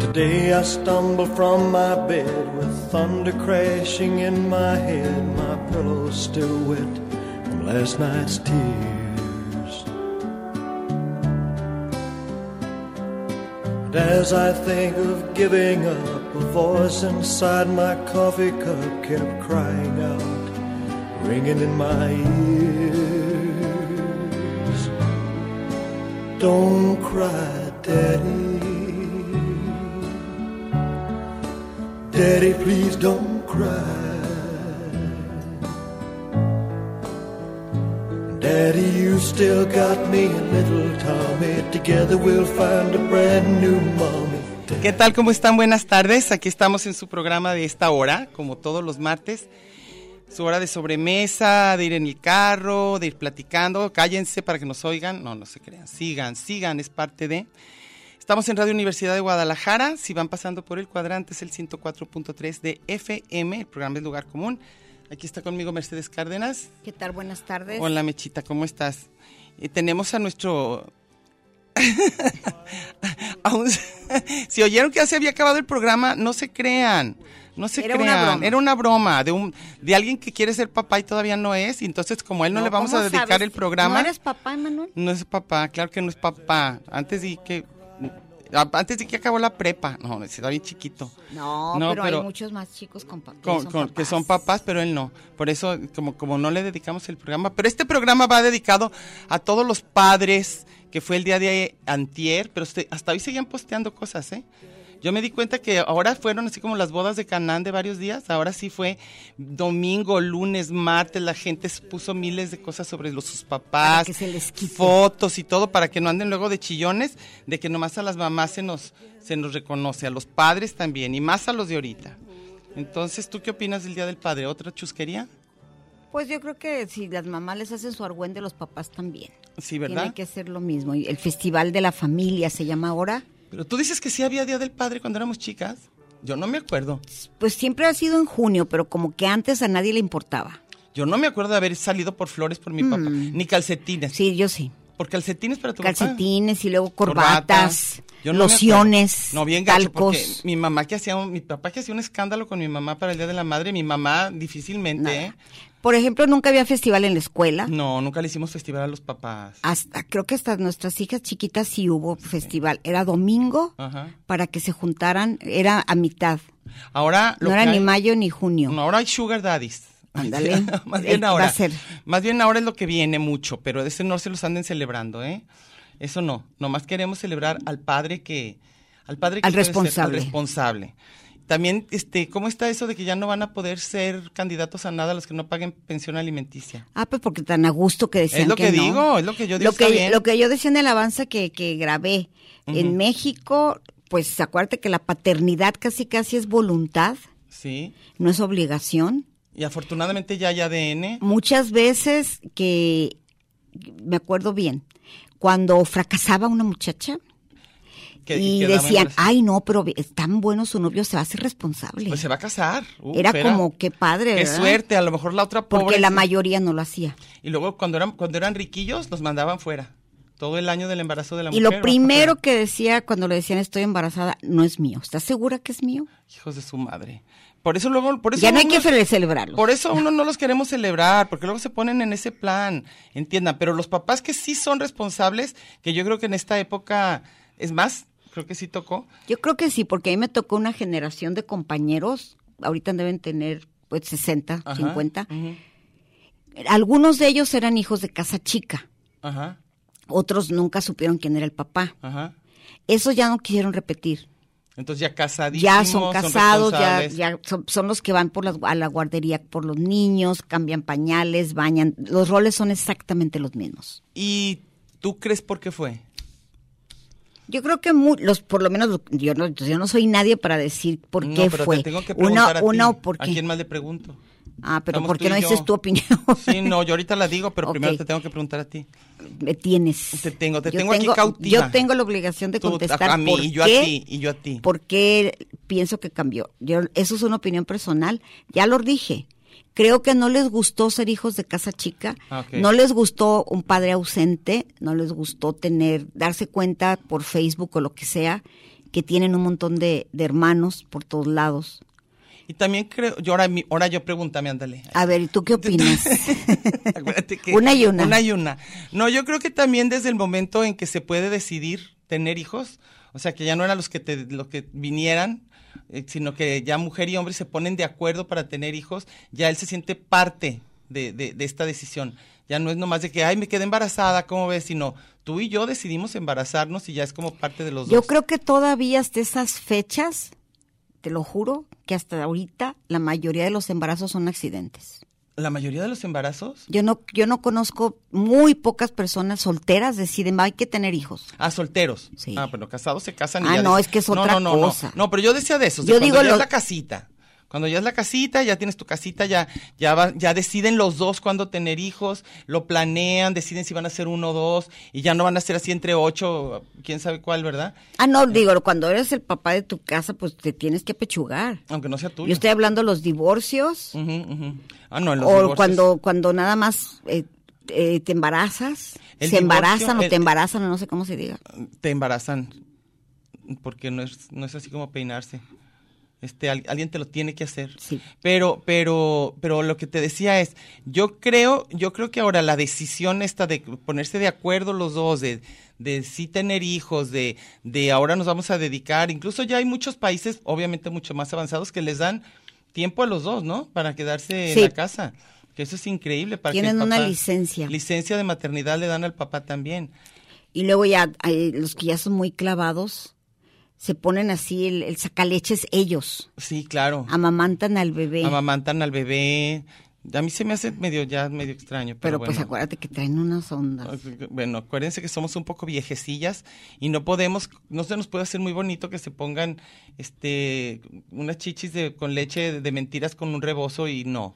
Today I stumble from my bed with thunder crashing in my head, my pillow still wet from last night's tears. And as I think of giving up, a voice inside my coffee cup kept crying out, ringing in my ears. Don't cry, Daddy. Daddy, please don't cry. Daddy, you still got me and little Tommy. Together we'll find a brand new mommy. ¿Qué tal? ¿Cómo están? Buenas tardes. Aquí estamos en su programa de esta hora, como todos los martes. Su hora de sobremesa, de ir en el carro, de ir platicando. Cállense para que nos oigan. No, no se crean. Sigan, sigan, es parte de... Estamos en Radio Universidad de Guadalajara. Si van pasando por el cuadrante, es el 104.3 de FM, el programa es Lugar Común. Aquí está conmigo Mercedes Cárdenas. ¿Qué tal? Buenas tardes. Hola, Mechita, ¿cómo estás? Eh, tenemos a nuestro. a un- si oyeron que ya se había acabado el programa, no se crean. No se Era una crean. broma. Era una broma de un de alguien que quiere ser papá y todavía no es. Y entonces, como a él no, le vamos a ¿cómo dedicar sabes? el programa. ¿No eres papá, Emanuel? No es papá, claro que no es papá. Antes di que antes de que acabó la prepa, no, está bien chiquito. No, No, pero, pero- hay muchos más chicos con papás. Con- con- que son papás, pero él no. Por eso, como, como no le dedicamos el programa. Pero este programa va dedicado a todos los padres, que fue el día de antier, pero se- hasta hoy seguían posteando cosas, ¿eh? Yo me di cuenta que ahora fueron así como las bodas de Canaán de varios días, ahora sí fue domingo, lunes, martes, la gente se puso miles de cosas sobre los, sus papás, Para que se les quite. fotos y todo, para que no anden luego de chillones, de que nomás a las mamás se nos, se nos reconoce, a los padres también, y más a los de ahorita. Entonces, ¿tú qué opinas del Día del Padre? ¿Otra chusquería? Pues yo creo que si las mamás les hacen su argüende, los papás también. Sí, ¿verdad? Tiene que hacer lo mismo. Y El Festival de la Familia se llama ahora. Pero tú dices que sí había Día del Padre cuando éramos chicas. Yo no me acuerdo. Pues siempre ha sido en junio, pero como que antes a nadie le importaba. Yo no me acuerdo de haber salido por flores por mi papá, ni calcetines. Sí, yo sí. Por calcetines para tu papá. Mm. Calcetines y luego corbatas, Corbatas. Yo no me acuerdo. lociones, No, bien gacho, porque talcos. mi mamá que hacía, un- mi papá que hacía un escándalo con mi mamá para el Día de la Madre, mi mamá difícilmente, ¿eh? nada. Por ejemplo, nunca había festival en la escuela. No, nunca le hicimos festival a los papás. Hasta, creo que hasta nuestras hijas chiquitas sí hubo festival. Era domingo Ajá. para que se juntaran, era a mitad. Ahora lo No que era ni hay- mayo ni junio. No, ahora hay sugar daddies. Ándale. más El que bien va ahora. a ser. Más bien ahora es lo que viene mucho, pero de ese no se los anden celebrando, ¿eh? Eso no. Nomás queremos celebrar al padre que. Al padre que Al puede ser, responsable. al responsable. También, este, ¿cómo está eso de que ya no van a poder ser candidatos a nada los que no paguen pensión alimenticia? Ah, pues porque tan a gusto que decían Es lo que, no. digo, es lo que yo digo. lo, que, está bien. lo que yo decía en el avance que, que grabé en México, pues acuérdate que la paternidad casi casi es voluntad, Sí. no es obligación. Y afortunadamente ya hay ADN. Muchas veces que, me acuerdo bien, cuando fracasaba una muchacha que- y, que daba decían, embarazo. ay no, pero es tan bueno su novio, se va a hacer responsable. Pues se va a casar. Uh, Era espera. como que padre, Qué ¿verdad? suerte, a lo mejor la otra pobre. Porque la sí. mayoría no lo hacía. Y luego cuando eran, cuando eran riquillos, los mandaban fuera. Todo el año del embarazo de la Y mujer. lo van primero para que decía cuando le decían estoy embarazada, no es mío. ¿Estás segura que es mío? afuera. Hijos de su madre. Por eso luego... Por eso ya no hay uno- que cele- celebrarlo. Por eso uno no los queremos celebrar, porque luego se ponen en ese plan, entiendan. Pero los papás que sí son responsables, que yo creo que en esta época, es más, creo que sí tocó, Yo creo que sí, porque a mí me tocó una generación de compañeros, ahorita deben tener pues 60, Ajá, 50. ujú. Algunos de ellos eran hijos de casa chica, ajá, otros nunca supieron quién era el papá. ajá, Eso ya no quisieron repetir. Entonces ya casadísimos. Ya son casados, ya, responsables. ya son, son los que van por las- a la guardería por los niños, cambian pañales, bañan. Los roles son exactamente los mismos. ¿Y tú crees por qué fue? Yo creo que mu- los, por lo menos lo- yo no, yo no soy nadie para decir por qué no, pero fue. te tengo que una, preguntar a una ti. o por ¿A qué. quién más le pregunto? Ah, pero Estamos ¿por tú qué y no yo. dices tu opinión? Sí, no, yo ahorita la digo, pero primero Ok. te tengo que preguntar a ti. Me tienes. Te tengo- te Yo tengo aquí cautiva. Yo tengo la obligación de Tú, contestar a- a mí, por y yo a qué- ti, y yo a ti. ¿Por qué pienso que cambió? Yo, eso es una opinión personal. Ya lo dije. Creo que no les gustó ser hijos de casa chica, Ah, ok. no les gustó un padre ausente, no les gustó tener, darse cuenta por Facebook o lo que sea, que tienen un montón de, de hermanos por todos lados. Y también creo, yo ahora, mi- ahora yo pregúntame, ándale. A ver, ¿y tú qué opinas? Acuérdate que- Una y una. Una y una. No, yo creo que también desde el momento en que se puede decidir tener hijos, o sea, que ya no eran los que, te, los que vinieran, eh, sino que ya mujer y hombre se ponen de acuerdo para tener hijos, ya él se siente parte de, de- de esta decisión. Ya no es nomás de que, ay, me quedé embarazada, ¿cómo ves? Sino tú y yo decidimos embarazarnos y ya es como parte de los Yo dos. creo que todavía hasta esas fechas, te lo juro, que hasta ahorita la mayoría de los embarazos son accidentes. La mayoría de los embarazos, Yo no, yo no conozco muy pocas personas solteras deciden, hay que tener hijos. ah, solteros. Sí. Ah, pero casados se casan y Ah, ya no, dicen- es que es otra no, no, no, cosa. No, no, pero yo decía de eso. Yo yo cuando digo ya lo- es la casita. Cuando ya es la casita, ya tienes tu casita, ya, ya, va- ya deciden los dos cuándo tener hijos, lo planean, deciden si van a ser uno o dos, y ya no van a ser así entre ocho, quién sabe cuál, ¿verdad? Ah, no, digo, cuando eres el papá de tu casa, pues te tienes que apechugar. Aunque no sea tuyo. Yo estoy hablando de los divorcios Ujú, ujú. Ah, no, en los o divorcios. cuando cuando nada más eh, eh, te embarazas, El se divorcio, embarazan o el- te embarazan, o no sé cómo se diga. te embarazan porque no es, no es así como peinarse. Este, al- alguien te lo tiene que hacer. Sí. Pero, pero, pero lo que te decía es, yo creo, yo creo que ahora la decisión esta de ponerse de acuerdo los dos, de, de sí tener hijos, de, de ahora nos vamos a dedicar, incluso ya hay muchos países, obviamente mucho más avanzados, que les dan tiempo a los dos, ¿no? Para quedarse Sí. en la casa. Que eso es increíble. Para que el Tienen una papá- licencia. Licencia de maternidad le dan al papá también. Y luego ya eh, los que ya son muy clavados se ponen así el, el sacaleches ellos, Sí, claro. Ah, amamantan al bebé. Ah, amamantan al bebé. A mí se me hace medio ya medio extraño, pero pero, pues bueno. acuérdate que traen unas ondas. pues, Bueno, acuérdense que somos un poco viejecillas y no podemos, no se nos puede hacer muy bonito que se pongan este unas chichis de, con leche de, de mentiras con un rebozo y no.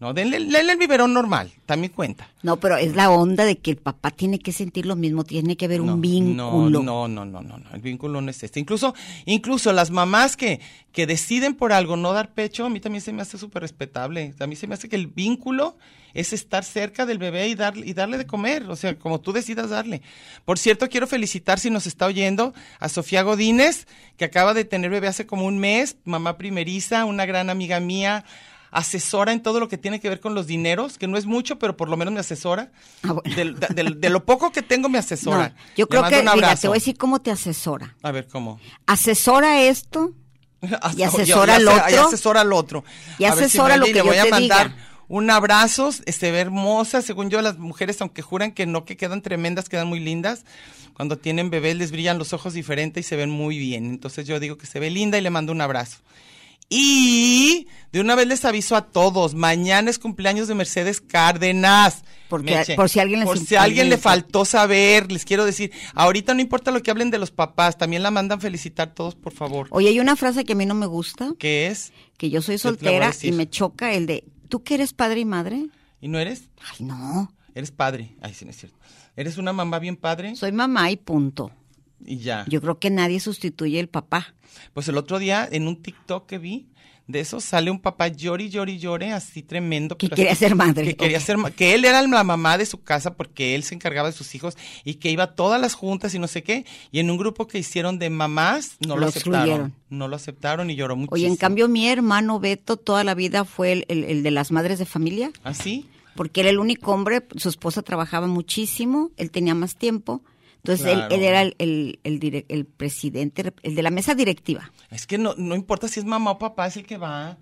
No, denle, denle el biberón normal, también cuenta. No, pero es la onda de que el papá tiene que sentir lo mismo, tiene que haber No, un vínculo. No, no, no, no, no, el vínculo no es este. Incluso, incluso las mamás que, que deciden por algo no dar pecho, a mí también se me hace súper respetable. A mí se me hace que el vínculo es estar cerca del bebé y, darle y darle de comer, o sea, como tú decidas darle. Por cierto, quiero felicitar, si nos está oyendo, a Sofía Godínez, que acaba de tener bebé hace como un mes, mamá primeriza, una gran amiga mía asesora en todo lo que tiene que ver con los dineros, que no es mucho, pero por lo menos me asesora. Ah, bueno. Del- de, de- de lo poco que tengo me asesora. No, yo Le creo mando que, un mira, abrazo. te voy a decir cómo te asesora. A ver, ¿cómo? Asesora esto Hasta- asesora ya- al ya- ya otro. asesora al otro. Y A ver si asesora Meli lo que le yo voy a te mandar diga. un abrazo, este, ve hermosa. Según yo, las mujeres, aunque juran que no, que quedan tremendas, quedan muy lindas. Cuando tienen bebés les brillan los ojos diferentes y se ven muy bien. Entonces yo digo que se ve linda y le mando un abrazo. Y de una vez les aviso a todos, mañana es cumpleaños de Mercedes Cárdenas. Porque- por si alguien les- Por si alguien le les- faltó saber, les quiero decir, ahorita no importa lo que hablen de los papás, también la mandan felicitar todos, por favor. Oye, hay una frase que a mí no me gusta, ¿Qué es? que yo soy Yo te la voy a soltera y decir. me choca el de, ¿tú que eres padre y madre? ¿Y no eres? Ay, no, Eres padre. Ay, sí, no es cierto. Eres una mamá bien padre soy mamá y punto. y ya. Yo creo que nadie sustituye el papá. Pues el otro día en un TikTok que vi de eso sale un papá llori, llori, llore, así tremendo. Que pero quería así- ser madre. Que quería Ok. ser ma- que él era la mamá de su casa porque él se encargaba de sus hijos y que iba a todas las juntas y no sé qué. Y en un grupo que hicieron de mamás no lo, Lo aceptaron. excluyeron. No lo aceptaron y lloró muchísimo. Oye, en cambio mi hermano Beto toda la vida fue el, el- el de las madres de familia, ¿Así? porque era el único hombre, su esposa trabajaba muchísimo, él tenía más tiempo, entonces él- Claro. él, era el, el- el dire- el presidente, el de la mesa directiva. Es que no, no importa si es mamá o papá, es el que va.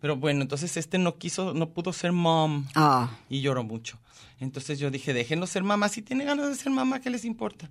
Pero bueno, entonces este no quiso, no pudo ser mom. Ah, y lloró mucho. Entonces yo dije, déjenlo ser mamá, si tiene ganas de ser mamá, ¿qué les importa?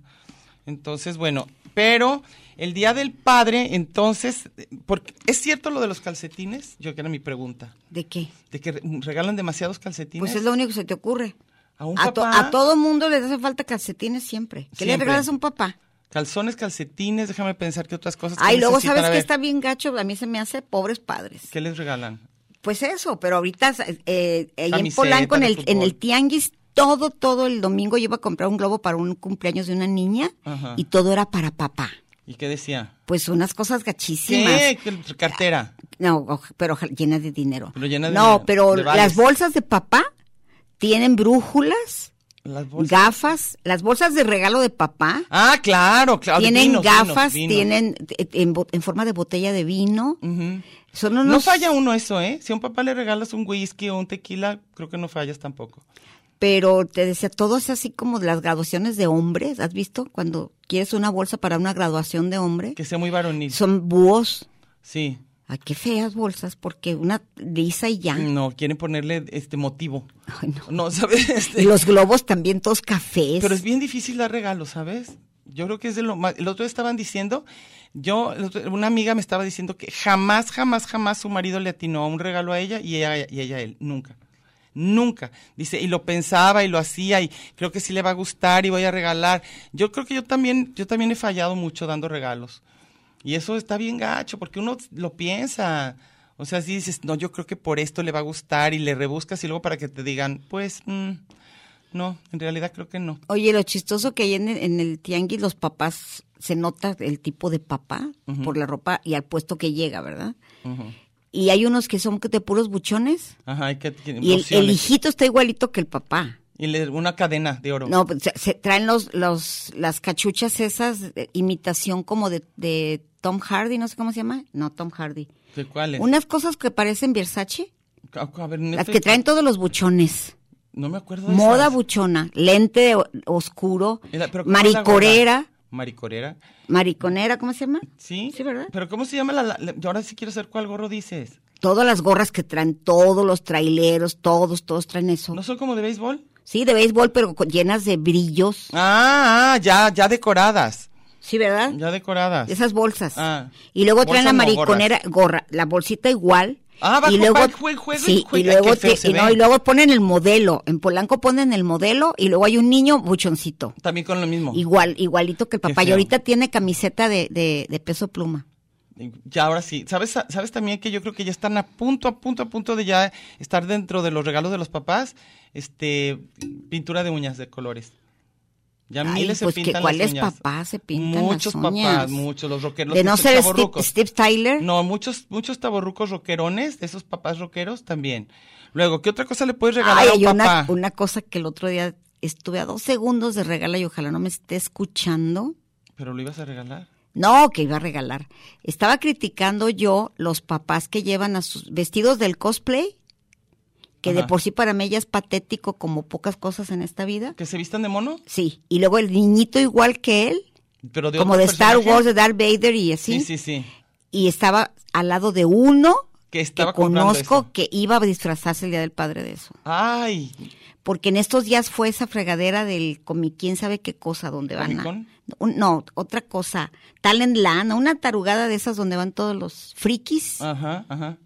Entonces, bueno, pero el Día del Padre, entonces, porque, ¿es cierto lo de los calcetines? Yo que era mi pregunta. ¿De qué? ¿De que re- regalan demasiados calcetines? Pues es lo único que se te ocurre. A un to- papá. a todo mundo les hace falta calcetines siempre. ¿Qué le Siempre. regalas a un papá? Calzones, calcetines, déjame pensar qué otras cosas. que Ay, luego necesitan. sabes A que ver, está bien gacho, a mí se me hace pobres padres. ¿Qué les regalan? Pues eso, pero ahorita eh, ahí en Camiseta Polanco, en de el, fútbol. en el tianguis, todo, todo el domingo yo iba a comprar un globo para un cumpleaños de una niña Ajá. y todo era para papá. ¿Y qué decía? Pues unas cosas gachísimas. ¿Qué? ¿Qué cartera? No, oj- pero ojalá- llena de dinero. Pero llena de- no, pero de vales. las bolsas de papá tienen brújulas, Las bolsas. gafas, las bolsas de regalo de papá Ah, claro, claro. tienen vinos, vinos, gafas, vinos. tienen eh, en, bo- en forma de botella de vino. Ujú. Son unos, No falla uno eso, ¿eh? Si a un papá le regalas un whisky o un tequila, creo que no fallas tampoco. Pero te decía, todo es así como las graduaciones de hombres. ¿Has visto? Cuando quieres una bolsa para una graduación de hombre, Que sea muy varonil. son búhos. Sí. Ay, qué feas bolsas, porque una lisa y ya. No, quieren ponerle este motivo. Ay, no. No, ¿sabes? Este, Y los globos también, todos cafés. Pero es bien difícil dar regalos, ¿sabes? Yo creo que es de lo más... El otro día estaban diciendo, yo, el otro- una amiga me estaba diciendo que jamás, jamás, jamás su marido le atinó a un regalo a ella y ella, y ella a él, nunca. Nunca. Dice, y lo pensaba y lo hacía y creo que sí le va a gustar y voy a regalar. Yo creo que yo también, yo también he fallado mucho dando regalos. Y eso está bien gacho, porque uno lo piensa. O sea, si dices, no, yo creo que por esto le va a gustar y le rebuscas y luego para que te digan, pues, mm, no, en realidad creo que no. Oye, lo chistoso que hay en el, en el tianguis, los papás, se nota el tipo de papá por la ropa y al puesto que llega, ¿verdad? Ujú. Y hay unos que son de puros buchones Ajá, hay que que- y el, el opciones. hijito está igualito que el papá. Y le- una cadena de oro. No, pues, se, se traen los, los, las cachuchas esas, de imitación como de, de Tom Hardy, no sé cómo se llama. No, Tom Hardy. ¿De cuáles? Unas cosas que parecen Versace, A, a ver, no las estoy- que traen todos los buchones. No me acuerdo de Moda esas. buchona, lente o- oscuro, Era- pero ¿cómo es la gorra? maricorera, Maricorera. mariconera, ¿cómo se llama? ¿Sí? Sí, ¿verdad? Pero ¿cómo se llama la, la- la- Yo ahora sí quiero saber cuál gorro dices. Todas las gorras que traen todos los traileros, todos, todos traen eso. ¿No son como de béisbol? Sí, de béisbol, pero con- llenas de brillos. Ah, ah, ya, ya decoradas. Sí, ¿verdad? Ya decoradas. Esas bolsas. Ah. Y luego Bolsas traen la no, mariconera, gorra, la bolsita igual. Ah, va y con- luego, va, juega, juega, sí, juega. y Ay, luego qué feo te- se y no, ve. y luego ponen el modelo. En Polanco ponen el modelo y luego hay un niño buchoncito. También con lo mismo. Igual, igualito que el Oh. Qué papá. Y feo. ahorita tiene camiseta de, de- de peso pluma. Ya ahora sí. ¿Sabes, sabes también que yo creo que ya están a punto, a punto, a punto de ya estar dentro de los regalos de los papás, este, pintura de uñas de colores. Ya Ay, miles pues se que pintan las ¿cuáles uñas. papás se pintan las Muchos uñas? papás, muchos, los rockeros. de los no que- ser este Steve, chavorrucos. Steve Tyler. No, muchos, muchos taborrucos rockerones, de esos papás rockeros también. Luego, ¿qué otra cosa le puedes regalar Ay, a un hay una, papá? una cosa que el otro día estuve a dos segundos de regala y ojalá no me esté escuchando. Pero lo ibas a regalar. No, que iba a regalar. Estaba criticando yo los papás que llevan a sus vestidos del cosplay, que de Ajá. por sí para mí ya es patético como pocas cosas en esta vida. ¿Que se vistan de mono? Sí, y luego el niñito igual que él, Pero de como otro de Star personaje. Wars, de Darth Vader y así. Sí, sí, sí. Y estaba al lado de uno Que que estaba comprando conozco eso. que iba a disfrazarse el Día del Padre de eso. Ay, Porque en estos días fue esa fregadera del comi, quién sabe qué cosa, donde van a- ¿Comic-Con? un- no, otra cosa. Talent Land, una tarugada de esas donde van todos los frikis. ajá, ajá.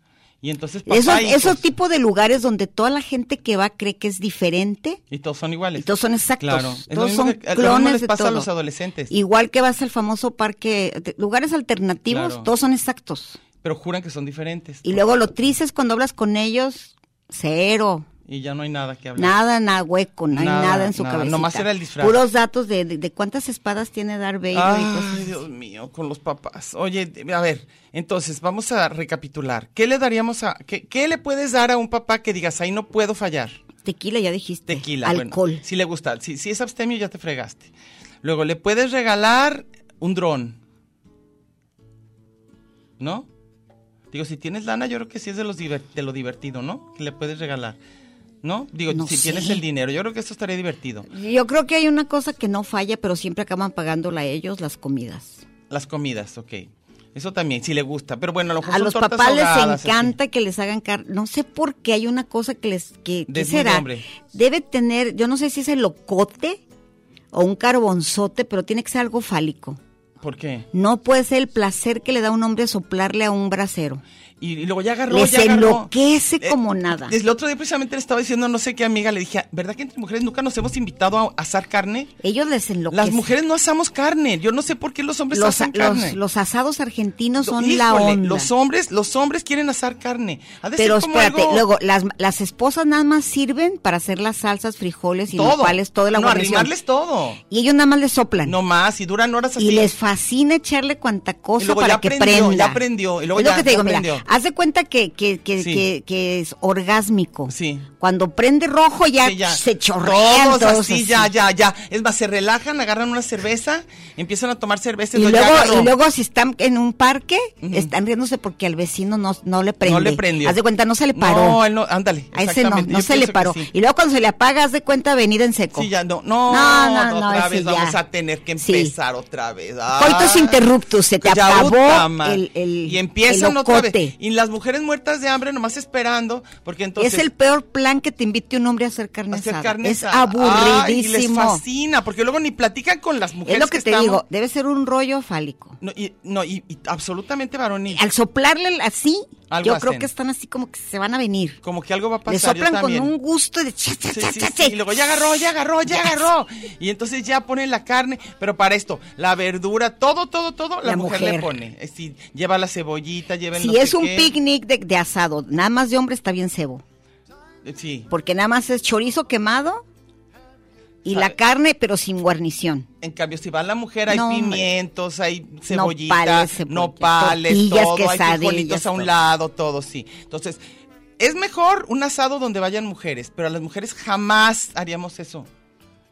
Y entonces papá esos, y esos hijos. tipos de lugares donde toda la gente que va cree que es diferente. Y todos son iguales. Y todos son exactos. Claro. Es lo Todos mismo son que- lo mismo clones les de pasa a todo. los adolescentes. Igual que vas al famoso parque, de- lugares alternativos, Claro. todos son exactos. Pero juran que son diferentes. Y luego lo triste es cuando hablas con ellos, cero. Y ya no hay nada que hablar. Nada, nada hueco, no hay Nada, nada, en su nada. cabeza. Nomás era el disfraz. Puros datos de, de- de cuántas espadas tiene Darth Vader y cosas Ay, así. Dios mío, con los papás. Oye, a ver, entonces vamos a recapitular. ¿Qué le daríamos a qué, qué le puedes dar a un papá que digas, "Ahí no puedo fallar"? Tequila, ya dijiste. Tequila, bueno, Alcohol. si le gusta, si, si es abstemio ya te fregaste. Luego le puedes regalar un dron. ¿No? Digo, si tienes lana, yo creo que sí es de los diver- de lo divertido, ¿no? Que le puedes regalar. ¿No? Digo, No si sé. tienes el dinero, yo creo que esto estaría divertido. Yo creo que hay una cosa que no falla, pero siempre acaban pagándola a ellos las comidas. Las comidas, ok. Eso también, si le gusta. Pero bueno, a lo mejor A son los tortas papás les ahogadas, así. encanta que les hagan carne. No sé por qué hay una cosa que les... Que, ¿qué Desnudo será? hombre. Debe tener, yo no sé si es el locote o un carbonzote, pero tiene que ser algo fálico. ¿Por qué? No puede ser el placer que le da un hombre soplarle a un brasero. Y, y luego ya agarró, Le ya se agarró. enloquece Eh, como nada. Desde el otro día precisamente le estaba diciendo, no sé qué amiga, le dije, ¿verdad que entre mujeres nunca nos hemos invitado a asar carne? Ellos les enloquecen. Las mujeres no asamos carne. Yo no sé por qué los hombres los, asan los- Pues carne. los asados argentinos son Híjole, la onda. Los hombres, los hombres quieren asar carne. Ha de Pero ser como espérate, algo- luego las, las esposas nada más sirven para hacer las salsas, frijoles y todo. nopales, todo el No, guarnición. arrimarles todo. Y ellos nada más le soplan. No más, y duran horas así. y les fascina echarle cuanta Y cosa luego para ya que aprendió, prenda. ya aprendió, y luego es lo ya- que te ya digo, mira, aprendió. haz de cuenta que, que, que, Sí. que, que es orgásmico. Sí. Cuando prende rojo ya, Sí, ya. se chorrean todos, todos, así, así. ya, ya, ya. Es más, se relajan, agarran una cerveza, empiezan a tomar cerveza. Y entonces ya luego, agarró. y luego si están en un parque, están riéndose porque al vecino no, no le prende. no le prendió. Haz de cuenta, no se le paró. No, él no, ándale. A ese no, exactamente, no yo se le pienso que paró. sí. Y luego cuando se le apaga, haz de cuenta venir en seco. Sí, ya no, no, No, no, no, otra ese vez ya. vamos a tener que Sí. empezar otra vez. Coitus Ay, interruptus, se te ya, acabó puta madre. el- el- y empiezan el otra vez. ocote. Y las mujeres muertas de hambre nomás esperando, porque entonces es el peor plan que te invite un hombre a hacer carne hacer asada. carne es asada. Ay, y les aburridísimo. fascina, porque luego ni platican con las mujeres es lo que, te estamos- digo, debe ser un rollo fálico. No, y, no, y, y absolutamente Y varonil. Al soplarle el- así, Algo yo creo hacen. que están así como que se van a venir. Como que algo va a Le pasar. yo soplan con también. un gusto de cha, cha, Sí, cha, sí, cha, sí, cha. Y luego ya agarró, ya agarró, ya agarró. Y entonces ya ponen la carne, pero para esto, la verdura, todo, todo, todo, la, La mujer, mujer. le pone. Eh, sí, lleva la cebollita, lleva el Si no sé es un qué. picnic de, de asado, nada más de hombre está bien cebo. Eh, Sí. Porque nada más es chorizo quemado y Sabe. la carne, pero sin guarnición. En cambio, si va la mujer, hay No, hombre. pimientos, hay cebollita, Nopales, cebolla, nopales, tortillas, todo, hay quesadillas, frijolitos a un todo. lado, todo, sí. Entonces, es mejor un asado donde vayan mujeres, pero a las mujeres jamás haríamos eso.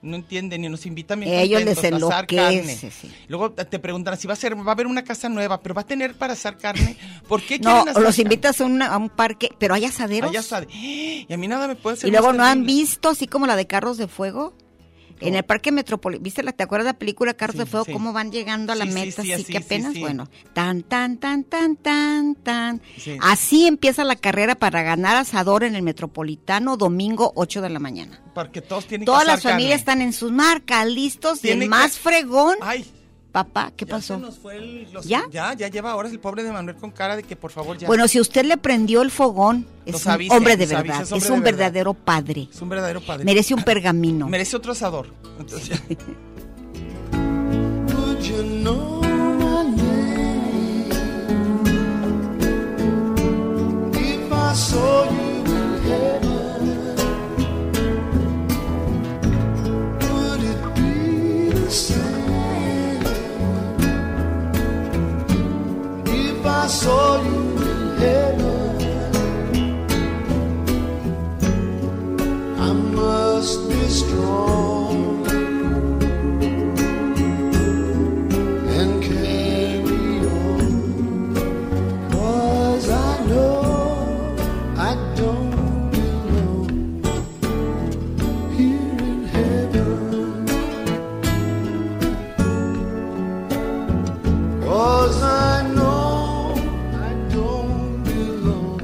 No entienden y nos invitan bien Ellos les contentos a asar carne. enloquece, sí. Luego te te preguntan si va a ser, va a haber una casa nueva, pero va a tener para asar carne. ¿Por qué No, quieren o asar los carne? invitas a, una- a un parque, pero hay asaderos. Allá está de, "Eh, Y a mí nada me puede hacer y luego más no han terrible". visto, así como la de Carros de Fuego. En el Parque Metropolitano, ¿viste? La, ¿Te acuerdas de la película Carros Sí, de Fuego? sí. ¿Cómo van llegando a la Sí, sí, meta? sí, así así, que sí, apenas, sí. bueno, tan, tan, tan, tan, tan, tan. Sí. Así empieza la carrera para ganar asador en el Metropolitano, domingo 8 de la mañana. Porque todos tienen Todas que asar las familias están carne. en sus marcas, listos, y Tiene el más que- fregón. Ay, Papá, ¿qué Ya pasó? se nos fue el- los- ¿Ya? ¿Ya? ya, lleva horas el pobre de Manuel con cara de que por favor ya. Bueno, si usted le prendió el fogón, es Nos un avise, hombre de nos avise, verdad, es hombre es un de verdad. verdadero padre. es un verdadero padre. Merece un pergamino. Merece otro asador. Entonces, Would you know my name if I saw you in heaven? Would it be the same if I saw you in heaven? I must be strong. and carry on. Cause I know I don't belong here in heaven. Cause I know I don't belong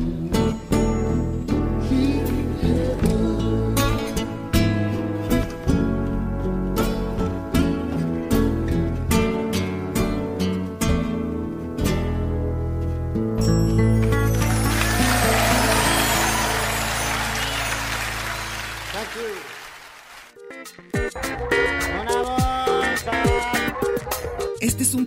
here in heaven. Thank you. este es un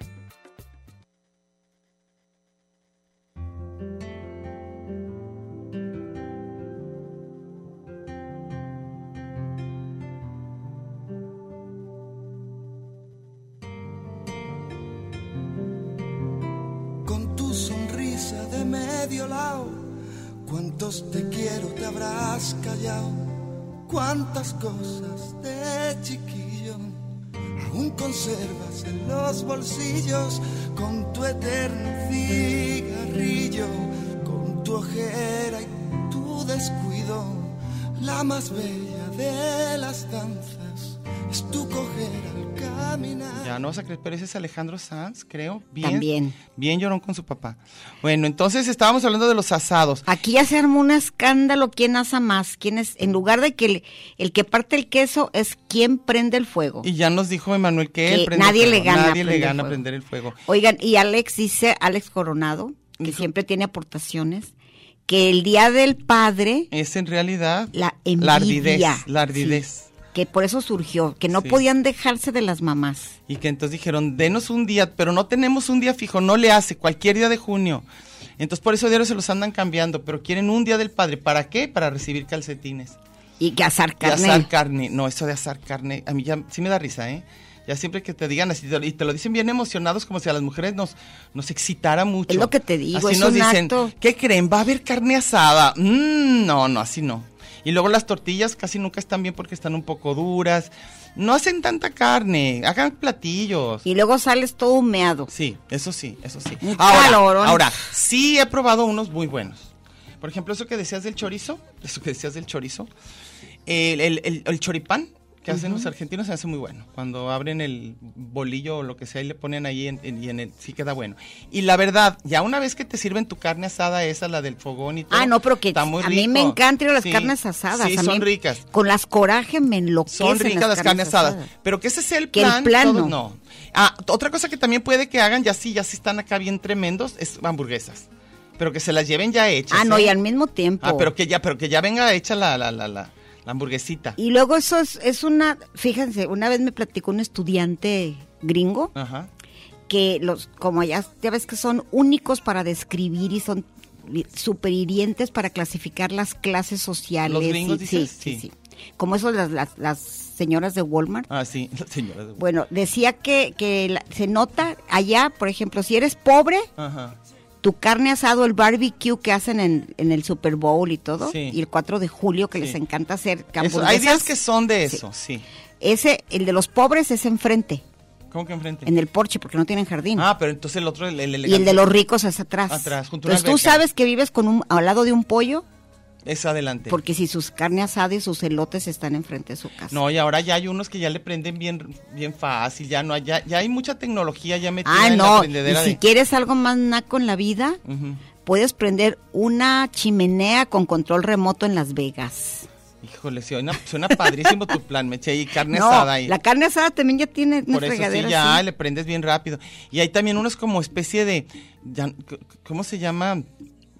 medio lado. ¿Cuántos te quiero te habrás callado? ¿Cuántas cosas de chiquillo aún conservas en los bolsillos con tu eterno cigarrillo, con tu ojera y tu descuido? La más bella de las danzas es tu coger al caminar. Ya no vas a creer, pero ese es Alejandro Sanz, creo. Bien, También. Bien llorón con su papá. Bueno, entonces estábamos hablando de los asados. Aquí ya se armó un escándalo quién asa más, quién es, en lugar de que el, el que parte el queso es quien prende el fuego. Y ya nos dijo Emanuel que, Que él prende nadie el le fuego, gana Nadie le prender gana fuego. prender el fuego. Oigan, y Alex dice, Alex Coronado, que Hijo. siempre tiene aportaciones, que el día del padre, Es en realidad la envidia. Eh, la ardidez. La sí, ardidez. que por eso surgió, que no Sí. podían dejarse de las mamás. Y que entonces dijeron, denos un día, pero no tenemos un día fijo, no le hace, cualquier día de junio. Entonces por eso diario se los andan cambiando, pero quieren un día del padre. ¿Para qué? Para recibir calcetines. Y que asar De carne. asar carne. No, eso de asar carne, a mí ya sí me da risa, ¿eh? Ya siempre que te digan así, te lo- y te lo dicen bien emocionados, como si a las mujeres nos, nos excitara mucho. Es lo que te digo, así es nos un dicen, acto. ¿qué creen? ¿Va a haber carne asada? Mm, no, no, así no. Y luego las tortillas casi nunca están bien porque están un poco duras. No hacen tanta carne, hagan platillos. Y luego sales todo humeado. Sí, eso sí, eso sí. Un Ahora, calorón. ahora, sí he probado unos muy buenos. Por ejemplo, eso que decías del chorizo, eso que decías del chorizo, el, el- el- el choripán que hacen los argentinos se hace muy bueno. Cuando abren el bolillo o lo que sea y le ponen ahí en- en- y en el, sí queda bueno. Y la verdad, ya una vez que te sirven tu carne asada esa, la del fogón y todo. Ah, no, pero que está muy a mí rico. me encantan las Sí, carnes asadas. Sí, a mí son ricas. Con las coraje me enloquecen Son ricas las carnes asadas. Pero que ese sea el Que el plan. plan no. todos- no. Ah, t- otra cosa que también puede que hagan, ya sí, ya sí están acá bien tremendos, es hamburguesas. Pero que se las lleven ya hechas. Ah, no, ¿eh? y al mismo tiempo. Ah, pero que ya, pero que ya venga hecha la, la, la, la, la hamburguesita. Y luego eso es, es una, fíjense, una vez me platicó un estudiante gringo Ajá. que los, como ya, ya ves que son únicos para describir y son super hirientes para clasificar las clases sociales. ¿Los gringos y- dices? sí, Sí. sí, sí. Como eso las, las, las señoras de Walmart. Ah, sí, la señora. de- Bueno, decía que, que la- se nota allá, por ejemplo, si eres pobre, Ajá. tu carne asado, el barbecue que hacen en, en el Super Bowl y todo, Sí. y el 4 de julio que Sí. les encanta hacer Eso, hay días hamburguesas, que son de Sí. eso, sí. Ese, el de los pobres es enfrente, ¿Cómo que enfrente? en el porche, porque no tienen jardín. Ah, pero entonces el otro, el, el y el elegante, de los ricos es atrás. Atrás, junto a una Entonces tú alberca. sabes que vives con un, al lado de un pollo, es adelante. porque si sus carne asada y sus elotes están enfrente de su casa. No, y ahora ya hay unos que ya le prenden bien, bien fácil, ya no hay, ya, ya hay mucha tecnología ya metida ah, en la no. Y prendedera si de- quieres algo más naco en la vida, Ujú. puedes prender una chimenea con control remoto en Las Vegas. Híjole, suena, suena padrísimo tu plan, Meche, y carne No, asada ahí. la carne asada también ya tiene una Por eso sí, fregadera ya así. le prendes bien rápido. Y hay también unos como especie de, ya- c- ¿cómo se llama?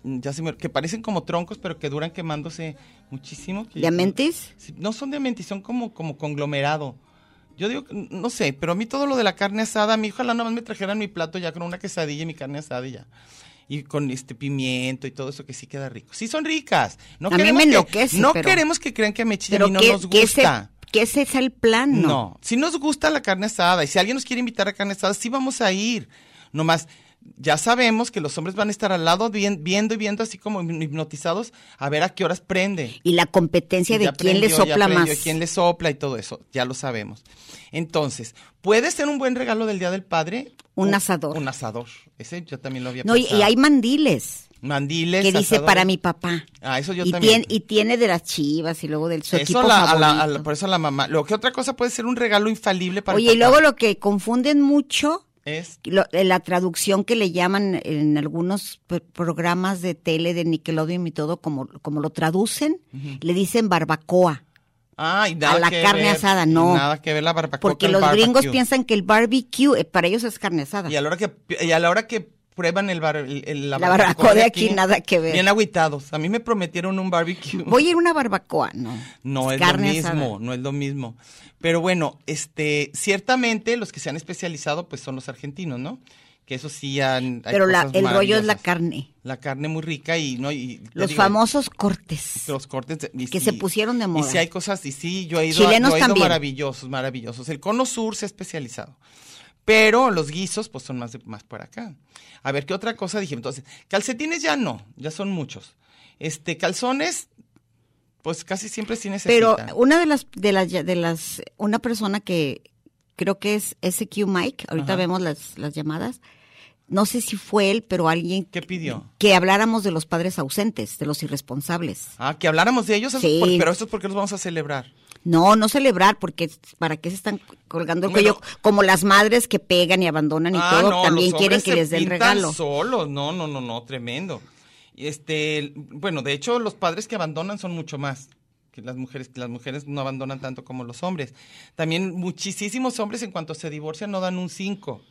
Ya se me- que parecen como troncos, pero que duran quemándose muchísimo. que- ¿Diamantes? Sí, No son de mentis, son como, como conglomerado. Yo digo, que- no sé, pero a mí todo lo de la carne asada, a mí ojalá nada más me trajeran mi plato ya con una quesadilla y mi carne asada y ya. Y con este pimiento y todo eso que sí queda rico. Sí son ricas. No A mí queremos me que- enloquece, No pero- queremos que crean que a Mechi y a Pero mí no que, nos que ese, gusta. que ese es el plan, no. ¿no? Si nos gusta la carne asada y si alguien nos quiere invitar a carne asada, sí vamos a ir. Nomás, ya sabemos que los hombres van a estar al lado bien- viendo y viendo así como hipnotizados a ver a qué horas prende. Y la competencia de Ya quién le aprendió, ya sopla aprendió más. quién le sopla y todo eso, ya lo sabemos. Entonces, puede ser un buen regalo del Día del Padre. Un asador. Un asador. Ese yo también lo había No, y, pensado. y hay mandiles mandiles. que dice asadores. para mi papá. Ah, eso yo y, también. Tiene, y tiene de las chivas y luego del su Eso equipo a la- a la- a la- favorito. por eso a la mamá. Lo que otra cosa puede ser un regalo infalible para el Oye, y papá luego lo que confunden mucho, es lo- eh, la traducción que le llaman en algunos p- programas de tele de Nickelodeon y todo, como, como lo traducen, le dicen barbacoa. Ay, nada a la que carne ver, asada, no. Nada que ver la barbacoa. Porque con los barbecue. gringos piensan que el barbecue, eh, para ellos es carne asada. Y a la hora que, y a la hora que prueban el bar, el- el- la, La barbacoa de aquí, nada que ver. Bien agüitados. A mí me prometieron un barbecue. Voy a ir a una barbacoa, ¿no? No es lo carne mismo, asada. no es lo mismo. Pero bueno, este, ciertamente los que se han especializado pues son los argentinos, ¿no? Que eso sí han... hay Pero la- cosas el rollo es la maravillosas. carne. La carne muy rica y no... Y, te Los digo, famosos cortes. Los cortes de- y que sí- se pusieron de moda. Y sí hay cosas, y sí, yo he ido, Chilenos yo he ido también. maravillosos, maravillosos. El Cono Sur se ha especializado. Pero los guisos, pues son más, de- más por acá. A ver, ¿qué otra cosa dije? Entonces, calcetines ya no, ya son muchos. Este, calzones, pues casi siempre sí Pero necesitan. una de las, de las, de las, una persona que creo que es SQ Mike, ahorita Ajá. vemos las, las llamadas, no sé si fue él, pero alguien ¿Qué pidió? que habláramos de los padres ausentes, de los irresponsables. Ah, que habláramos de ellos, eso es Sí. por- pero esto es porque los vamos a celebrar. No, no celebrar, porque ¿para qué se están colgando el Bueno. cuello? Como las madres que pegan y abandonan y Ah, todo, no, también los quieren hombres que se les den pintan regalo. solos, no, no, no, no, tremendo. Y Este, bueno, de hecho, los padres que abandonan son mucho más que las mujeres, que las mujeres no abandonan tanto como los hombres. También muchísimos hombres en cuanto se divorcian no dan un 5.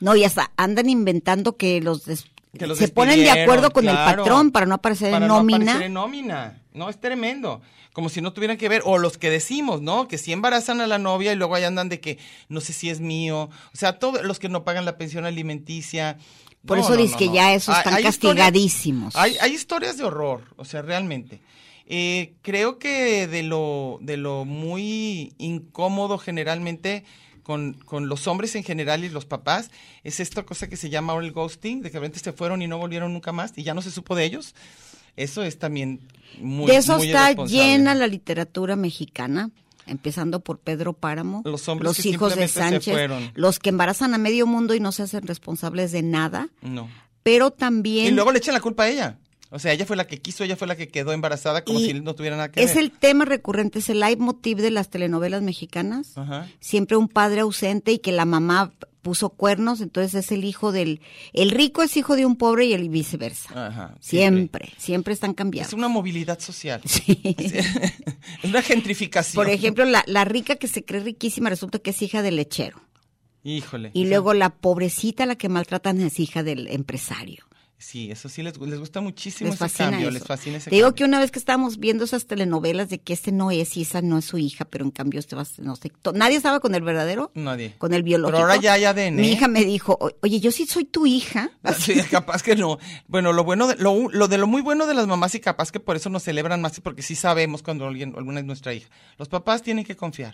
No, y hasta andan inventando que los, des- que los se ponen de despidieron, acuerdo con el claro, patrón para no aparecer para en no nómina. aparecer en nómina. No, es tremendo. Como si no tuvieran que ver. O los que decimos, ¿no? Que si embarazan a la novia y luego ahí andan de que no sé si es mío. O sea, todos los que no pagan la pensión alimenticia. Por No, eso no, no, dice que no. ya esos Hay- están hay historias- castigadísimos. hay, hay historias de horror, o sea, realmente. Eh, creo que de lo, de lo muy incómodo generalmente con, con los hombres en general y los papás, es esta cosa que se llama ahora el ghosting, de que de repente se fueron y no volvieron nunca más y ya no se supo de ellos. Eso es también muy de eso muy está irresponsable. llena la literatura mexicana, empezando por Pedro Páramo, Los hombres que hijos de simplemente Sánchez, se fueron. los que embarazan a medio mundo y no se hacen responsables de nada, No. pero Y también luego le echan la culpa a ella. O sea, ella fue la que quiso, ella fue la que quedó embarazada como Y si no tuviera nada que es ver. el tema recurrente, es el leitmotiv de las telenovelas mexicanas. Ajá. Siempre un padre ausente y que la mamá puso cuernos, entonces es el hijo del... El rico es hijo de un pobre y el viceversa. Ajá, siempre, siempre, están cambiados. Ah, Es una movilidad social. Sí. es una gentrificación. Por ejemplo, la, la rica que se cree riquísima resulta que es hija del lechero. Híjole. Y Eso- luego la pobrecita, la que maltratan, es hija del empresario. Sí, eso sí les, les gusta muchísimo Les ese fascina cambio, eso. les fascina ese Te digo cambio. que una vez que estábamos viendo esas telenovelas de que este no es y esa no es su hija, pero en cambio este va a ser- no sé, to- nadie estaba con el verdadero, Nadie. con el biológico. Pero ahora ya hay ADN. Mi ¿eh? hija me dijo, "O- oye, yo sí soy tu hija. Ah, Sí, capaz que no. Bueno, lo bueno, de, lo, u- lo de lo muy bueno de las mamás y capaz que por eso nos celebran más, porque sí sabemos cuando alguien, alguna es nuestra hija. Los papás tienen que confiar.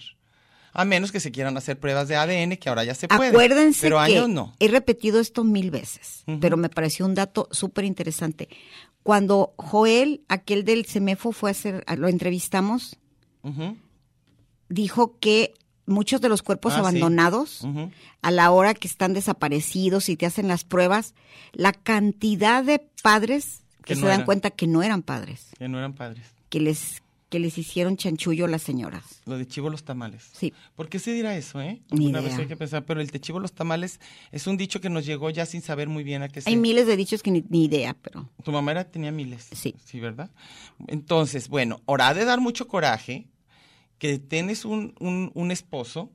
A menos que se quieran hacer pruebas de ADN, que ahora ya se puede. Acuérdense Pero que años no. he repetido esto mil veces, Ujú. pero me pareció un dato súper interesante. Cuando Joel, aquel del CEMEFO, fue a hacer, lo entrevistamos, Ujú, dijo que muchos de los cuerpos Ah, sí. abandonados ujú. a la hora que están desaparecidos y te hacen las pruebas, la cantidad de padres que, Que se no dan eran. cuenta que no eran padres, Que no eran padres. que les que les hicieron chanchullo las señoras. Lo de chivo los tamales. Sí. ¿Por qué se dirá eso, eh? Ni Una vez idea. hay que pensar, pero el de chivo los tamales es un dicho que nos llegó ya sin saber muy bien a qué se Hay miles de dichos que ni, ni idea, pero Tu mamá era, tenía miles. Sí. Sí, ¿verdad? Entonces, bueno, ahora ha de dar mucho coraje que tienes un, un, un esposo,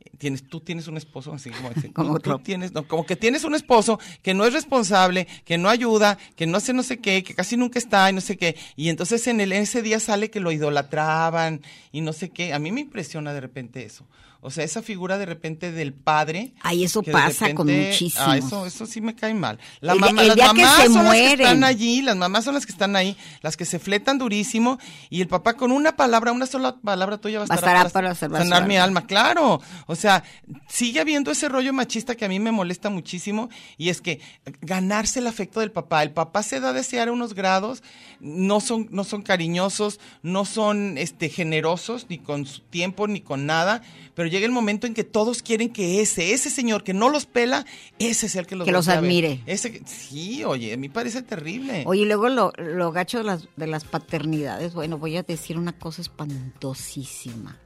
eh, tienes, tú tienes un esposo, así como, así, Como tú- tú otro. tienes, no, como que tienes un esposo que no es responsable, que no ayuda, que no hace no sé qué, que casi nunca está y no sé qué. Y entonces en el, ese día sale que lo idolatraban y no sé qué. A mí me impresiona de repente eso. O sea, esa figura de repente del padre. Ay, eso que de pasa con repente- muchísimos. Ah, eso, eso sí me cae mal. La El día- mamá- el las día que mamás se son las que mueren. están allí, las mamás son las que están ahí, las que se fletan durísimo y el papá con una palabra, una sola palabra tuya bastará, Bastará para salvar su sanar mi alma. alma, claro. O sea, sigue habiendo ese rollo machista que a mí me molesta muchísimo y es que ganarse el afecto del papá, el papá se da a desear a unos grados, no son no son cariñosos, no son este generosos ni con su tiempo ni con nada, pero llega el momento en que todos quieren que ese ese señor que no los pela, ese es el que los Que los voltea a ver. admire. Ese que- sí, oye, a mí parece terrible. oye, luego lo, lo gacho de las, de las paternidades, bueno, voy a decir una cosa espantosísima.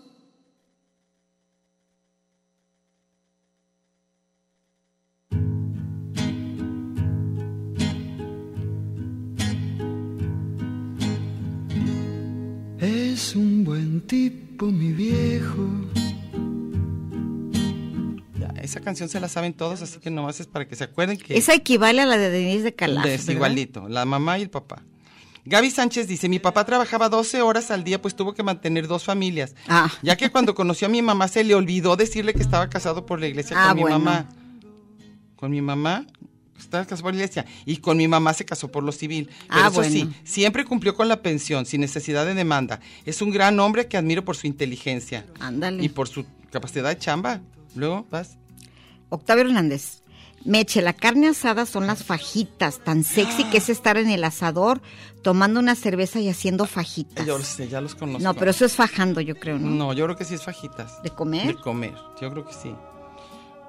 Es un buen tipo, mi viejo. Ya, esa canción se la saben todos, así que nomás es para que se acuerden que Esa equivale a la de Denise de Calaf. es ¿verdad? igualito, la mamá y el papá. Gaby Sánchez dice, mi papá trabajaba 12 horas al día, pues tuvo que mantener dos familias. Ah. Ya que cuando conoció a mi mamá se le olvidó decirle que estaba casado por la iglesia Ah, con mi bueno. mamá. Con mi mamá estaba casado por la iglesia y con mi mamá se casó por lo civil. Pero Ah, eso sí, bueno. siempre cumplió con la pensión sin necesidad de demanda. Es un gran hombre que admiro por su inteligencia Ándale. y por su capacidad de chamba. Luego vas. Octavio Hernández. Meche, la carne asada son las fajitas, tan sexy que es estar en el asador tomando una cerveza y haciendo fajitas. Yo los sé, ya los conozco. No, pero eso es fajando, yo creo, ¿no? No, yo creo que sí es fajitas. ¿De comer? De comer, yo creo que sí.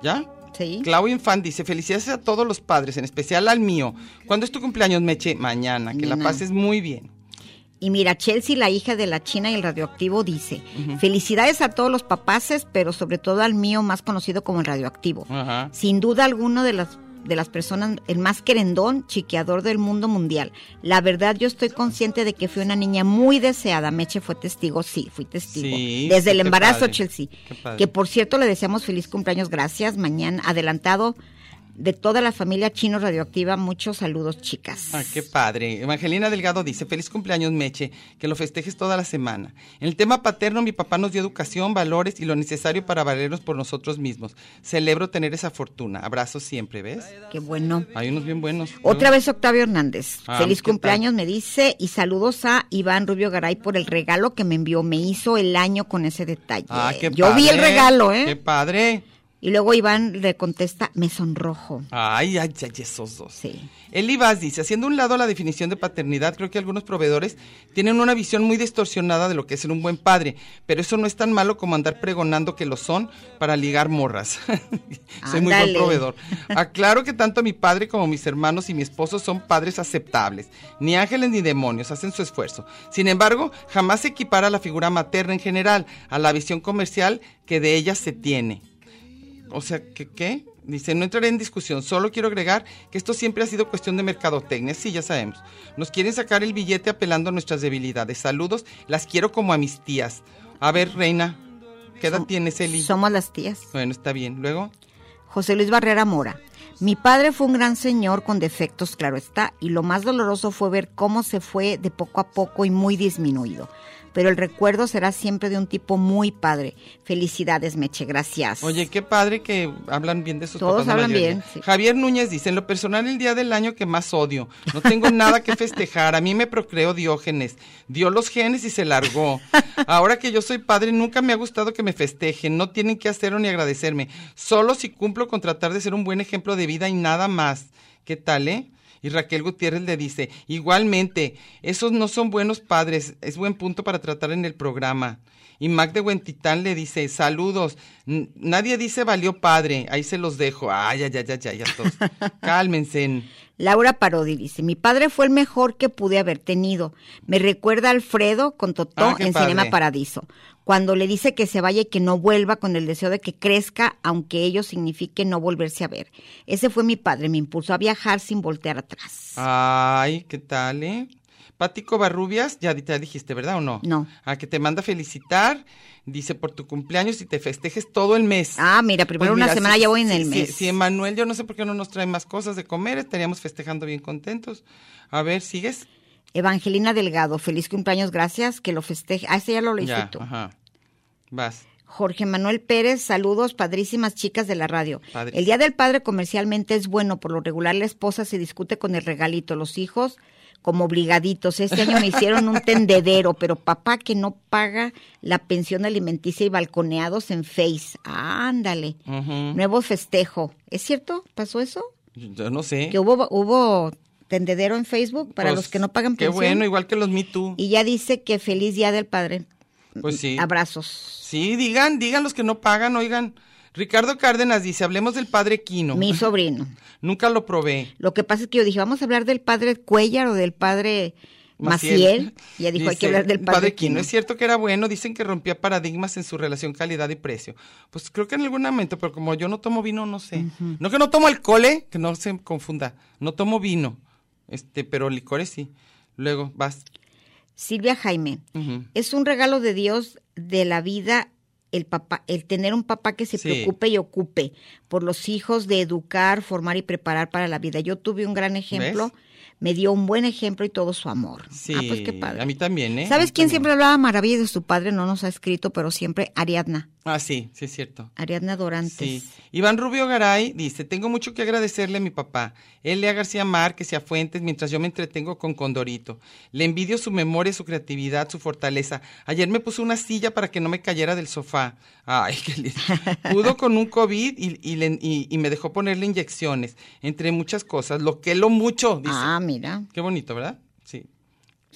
¿Ya? Sí. Claudio Infante dice, felicidades a todos los padres, en especial al mío. ¿Cuándo es tu cumpleaños, Meche? Mañana, que la Mañana. pases muy bien. Y mira, Chelsea, la hija de la China y el radioactivo, dice, felicidades a todos los papaces, pero sobre todo al mío, más conocido como el radioactivo. Ajá. Sin duda alguno de las de las personas, el más querendón, chiqueador del mundo mundial. La verdad, yo estoy consciente de que fui una niña muy deseada. Meche fue testigo, sí, fui testigo. Sí, Desde el qué embarazo, padre, Chelsea. qué padre. Que por cierto, le deseamos feliz cumpleaños, gracias. Mañana, adelantado de toda la familia chino radioactiva, muchos saludos, chicas. Ah, qué padre. Evangelina Delgado dice, feliz cumpleaños, Meche, que lo festejes toda la semana. En el tema paterno, mi papá nos dio educación, valores y lo necesario para valernos por nosotros mismos. Celebro tener esa fortuna. Abrazo siempre, ¿ves? Qué bueno. Hay unos bien buenos. Otra vez Octavio Hernández. Ah, Feliz ¿qué tal? cumpleaños, me dice. Y saludos a Iván Rubio Garay por el regalo que me envió. Me hizo el año con ese detalle. Ah, qué Yo vi el padre, regalo, ¿eh? Qué padre. Y luego Iván le contesta, me sonrojo. Ay, ay, ay, esos dos. Sí. Eli Vaz dice, haciendo un lado la definición de paternidad, creo que algunos proveedores tienen una visión muy distorsionada de lo que es ser un buen padre, pero eso no es tan malo como andar pregonando que lo son para ligar morras. Soy muy buen Ándale. proveedor. Aclaro que tanto mi padre como mis hermanos y mi esposo son padres aceptables. Ni ángeles ni demonios hacen su esfuerzo. Sin embargo, jamás se equipara la figura materna en general a la visión comercial que de ella se tiene. O sea, ¿qué, ¿qué? Dice, no entraré en discusión, solo quiero agregar que esto siempre ha sido cuestión de mercadotecnia, sí, ya sabemos. Nos quieren sacar el billete apelando a nuestras debilidades. Saludos, las quiero como a mis tías. A ver, reina, ¿qué edad tienes, Eli? Somos las tías. Bueno, está bien. Luego, José Luis Barrera Mora. Mi padre fue un gran señor con defectos, claro está, y lo más doloroso fue ver cómo se fue de poco a poco y muy disminuido. Pero el recuerdo será siempre de un tipo muy padre. Felicidades, Meche, gracias. oye, qué padre que hablan bien de sus Todos papás, la hablan mayoría. bien, sí. Javier Núñez dice, en lo personal, el día del año que más odio. No tengo nada que festejar. A mí me procreó Diógenes. Dio los genes y se largó. Ahora que yo soy padre, nunca me ha gustado que me festejen. No tienen que hacerlo ni agradecerme. Solo si cumplo con tratar de ser un buen ejemplo de vida y nada más. ¿Qué tal, eh? Y Raquel Gutiérrez le dice, igualmente, esos no son buenos padres, es buen punto para tratar en el programa. Y Mac de Huentitán le dice, saludos, N- nadie dice valió padre, ahí se los dejo. Ay, ay, ay, ay, ay, a todos. Cálmense. Laura Parodi dice, mi padre fue el mejor que pude haber tenido. Me recuerda a Alfredo con Totó Ah, qué en Cinema padre. Paradiso. Cuando le dice que se vaya y que no vuelva con el deseo de que crezca, aunque ello signifique no volverse a ver. Ese fue mi padre, me impulsó a viajar sin voltear atrás. Ah. Ay, ¿qué tal, eh? Pático Barrubias, ya di- te dijiste, ¿verdad o no? No. A que te manda a felicitar, dice por tu cumpleaños y te festejes todo el mes. Ah, mira, primero Pues una mira, semana si- ya voy en si- el si- mes. Si Emanuel, yo no sé por qué no nos trae más cosas de comer, estaríamos festejando bien contentos. A ver, ¿sigues? Evangelina Delgado, feliz cumpleaños, gracias, que lo festeje. Ah, ese ya lo leíste ya, tú. ajá. Vas. Jorge Manuel Pérez, saludos, padrísimas chicas de la radio. Padres. El Día del Padre comercialmente es bueno, por lo regular la esposa se discute con el regalito, los hijos como obligaditos. Este año me hicieron un tendedero, pero papá que no paga la pensión alimenticia y balconeados en Face. Ándale. Ujú. Nuevo festejo. ¿Es cierto? ¿Pasó eso? Yo no sé. Que hubo, hubo tendedero en Facebook para Pues, los que no pagan Qué pensión. bueno, igual que los Me Too. Y ya dice que feliz día del padre. Pues sí. Abrazos. Sí, digan, digan los que no pagan, oigan. Ricardo Cárdenas dice, hablemos del padre Quino. Mi sobrino. Nunca lo probé. Lo que pasa es que yo dije, vamos a hablar del padre Cuellar o del padre Maciel. Y ya dijo, hay que Dice, hablar del padre, Quino. Quino. Es cierto que era bueno, dicen que rompía paradigmas en su relación calidad y precio. Pues creo que en algún momento, pero como yo no tomo vino, no sé. No que no tomo alcohol, ¿eh? que no se confunda. No tomo vino, este, pero licores sí. Luego vas. Silvia Jaime, Ujú. es un regalo de Dios de la vida el papá, el tener un papá que se Sí. preocupe y ocupe por los hijos, de educar, formar y preparar para la vida. Yo tuve un gran ejemplo, ¿Ves? me dio un buen ejemplo y todo su amor. Sí, ah, pues qué padre. a mí también, ¿eh? A ¿Sabes mí quién también. siempre hablaba maravilla de su padre? No nos ha escrito, pero siempre Ariadna, Ah, sí, sí es cierto. Ariadna Dorantes. Sí. Iván Rubio Garay dice, tengo mucho que agradecerle a mi papá, Elia García Márquez y a Fuentes, mientras yo me entretengo con Condorito. Le envidio su memoria, su creatividad, su fortaleza. Ayer me puso una silla para que no me cayera del sofá. Ay, qué lindo. Pudo con un COVID y, y le- y- y me dejó ponerle inyecciones, entre muchas cosas. Lo que lo mucho, dice. Ah, mira. Qué bonito, ¿verdad? Sí.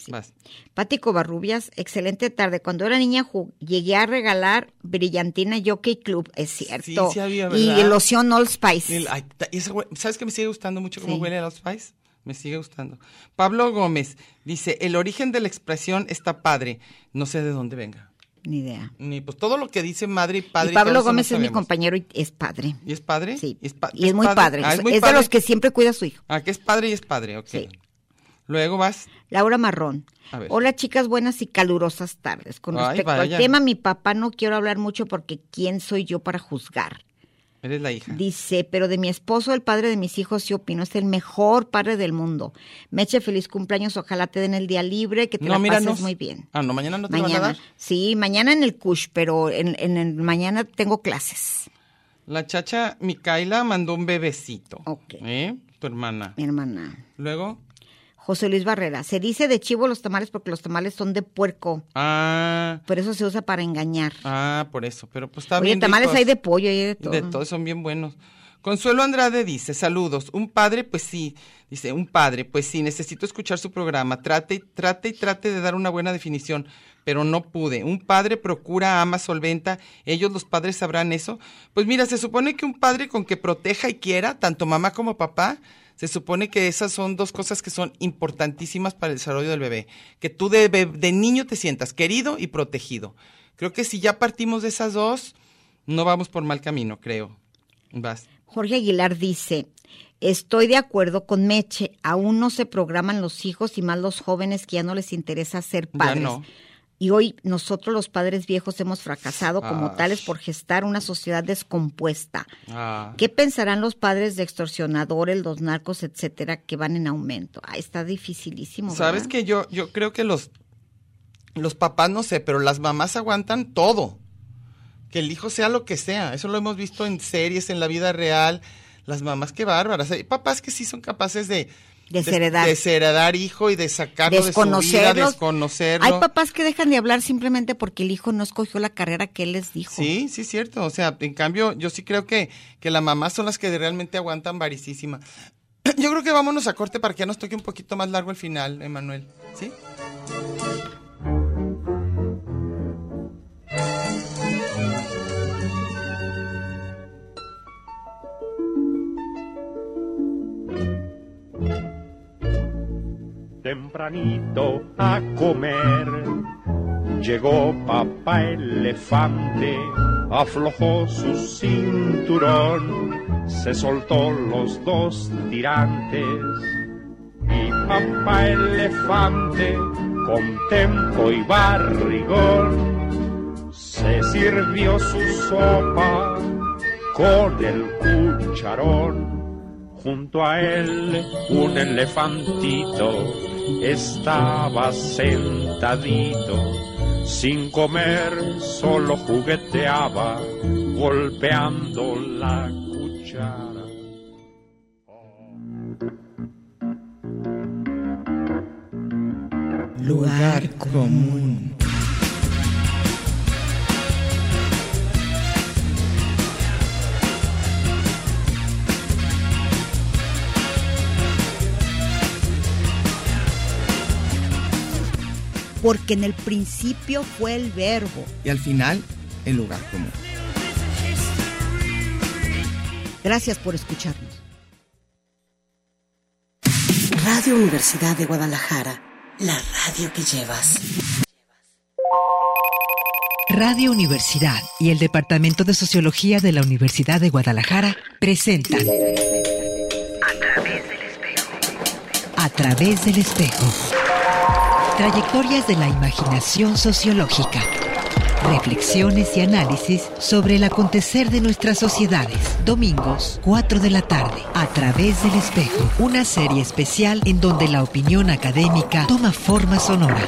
Vas. Pati Covarrubias, excelente tarde. Cuando era niña ju- llegué a regalar brillantina Jockey Club, es cierto. sí había, y ¿verdad? loción All Spice. El- ay, ta- ese hue- ¿Sabes que me sigue gustando mucho cómo Sí. huele a los Spice? Me sigue gustando. Pablo Gómez dice, el origen de la expresión está padre. No sé de dónde venga. Ni idea. Ni pues todo lo que dice madre y padre. y y todo Pablo eso no Gómez es mi sabemos. compañero y es padre. ¿Y es padre? Sí. ¿Y es, pa- y es muy padre. Ah, es es muy de padre. los que siempre cuida a su hijo. Ah, que es padre y es padre, ok. Sí. Luego vas. Laura Marrón. A ver. Hola chicas, buenas y calurosas tardes. Con Ay, respecto vaya. al tema, mi papá no quiero hablar mucho porque ¿quién soy yo para juzgar? Eres la hija. Dice, pero de mi esposo, el padre de mis hijos, sí opino, es el mejor padre del mundo. Meche, feliz cumpleaños, ojalá te den el día libre, que te la pases míranos. muy bien. Ah, no, mañana no te van a mañana, dar. sí, mañana en el CUSH, pero en, en el mañana tengo clases. La chacha Micaela mandó un bebecito. Ok. ¿Eh? Tu hermana. Mi hermana. Luego. José Luis Barrera, se dice de chivo los tamales porque los tamales son de puerco, Ah, pero eso se usa para engañar. ah, por eso. Pero pues está Oye, bien. tamales ricos. hay de pollo, hay de Y todo. De todos son bien buenos. Consuelo Andrade dice, saludos, un padre, pues sí, dice, un padre, pues sí, necesito escuchar su programa, trate, y- trate y trate de dar una buena definición, pero no pude. Un padre procura, ama, solventa, ellos los padres sabrán eso. Pues mira, se supone que un padre con que proteja y quiera, tanto mamá como papá, se supone que esas son dos cosas que son importantísimas para el desarrollo del bebé, que tú de, be- de niño te sientas querido y protegido. Creo que si ya partimos de esas dos, no vamos por mal camino, creo. Vas. Jorge Aguilar dice, estoy de acuerdo con Meche, aún no se programan los hijos y más los jóvenes que ya no les interesa ser Ya padres. no. Y hoy nosotros los padres viejos hemos fracasado como Ah. tales por gestar una sociedad descompuesta. Ah, ¿Qué pensarán los padres de extorsionadores, los narcos, etcétera, que van en aumento? Ah, está dificilísimo. Sabes ¿verdad? que yo, yo creo que los, los papás, no sé, pero las mamás aguantan todo. Que el hijo sea lo que sea. Eso lo hemos visto en series, en la vida real. Las mamás, qué bárbaras. Hay papás que sí son capaces de... Desheredar. de- desheredar hijo y de sacarlo de su vida, Desconocerlos. desconocerlo. Hay papás que dejan de hablar simplemente porque el hijo no escogió la carrera que él les dijo. Sí, sí, es cierto. O sea, en cambio, yo sí creo que, que las mamás son las que realmente aguantan varicísima. Yo creo que vámonos a corte para que ya nos toque un poquito más largo el final, Emanuel. ¿Sí? tempranito a comer. Llegó papá elefante, aflojó su cinturón, se soltó los dos tirantes. Y papá elefante, con tempo y barrigón, se sirvió su sopa con el cucharón. Junto a él un elefantito estaba sentadito, sin comer solo jugueteaba, golpeando la cuchara. lugar común. Porque en el principio fue el verbo. Y al final, el lugar común. Gracias por escucharnos. Radio Universidad de Guadalajara, la radio que llevas. Radio Universidad y el Departamento de Sociología de la Universidad de Guadalajara presentan A través del espejo. Trayectorias de la imaginación sociológica. Reflexiones y análisis sobre el acontecer de nuestras sociedades. Domingos, 4 de la tarde, a través del espejo. Una serie especial en donde la opinión académica toma forma sonora.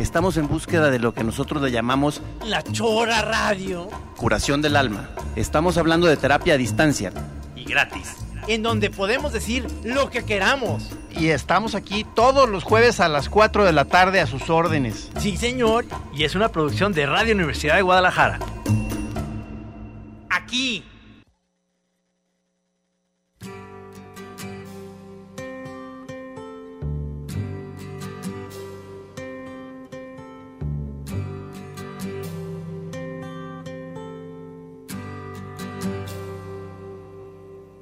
Estamos en búsqueda de lo que nosotros le llamamos La Chora Radio. curación del alma. Estamos hablando de terapia a distancia. Y gratis. En donde podemos decir lo que queramos. Y estamos aquí todos los jueves a las 4 de la tarde a sus órdenes. Sí, señor. Y es una producción de Radio Universidad de Guadalajara. Aquí.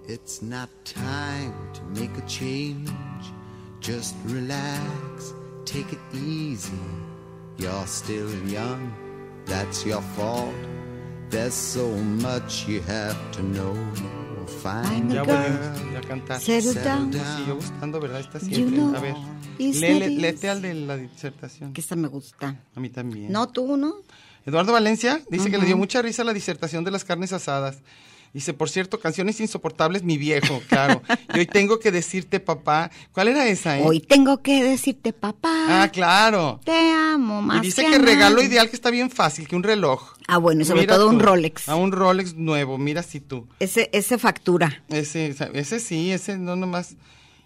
It's not time to make a change. Just relax, take it easy. You're still young, that's your fault. There's so much you have to know. Find Oh Ya a volvimos, ya girl. cantar. Settle down. Siguió gustando, ¿verdad? Está You siempre. know A ver, it's léele- not easy. léete al de la disertación. Que esta me gusta. A mí también. No, tú, ¿no? Eduardo Valencia dice que le dio Ajá. mucha risa la disertación de las carnes asadas. Dice, por cierto, canciones insoportables, mi viejo, claro. y hoy tengo que decirte, papá. ¿Cuál era esa, eh? Hoy tengo que decirte, papá, Ah, claro. te amo más. Y dice a que regalo nadie. ideal que está bien fácil, que un reloj. Ah, bueno, y sobre Mira todo un tú, Rolex. A un Rolex nuevo, mira si tú. Ese, ese factura. Ese, ese sí, ese no nomás.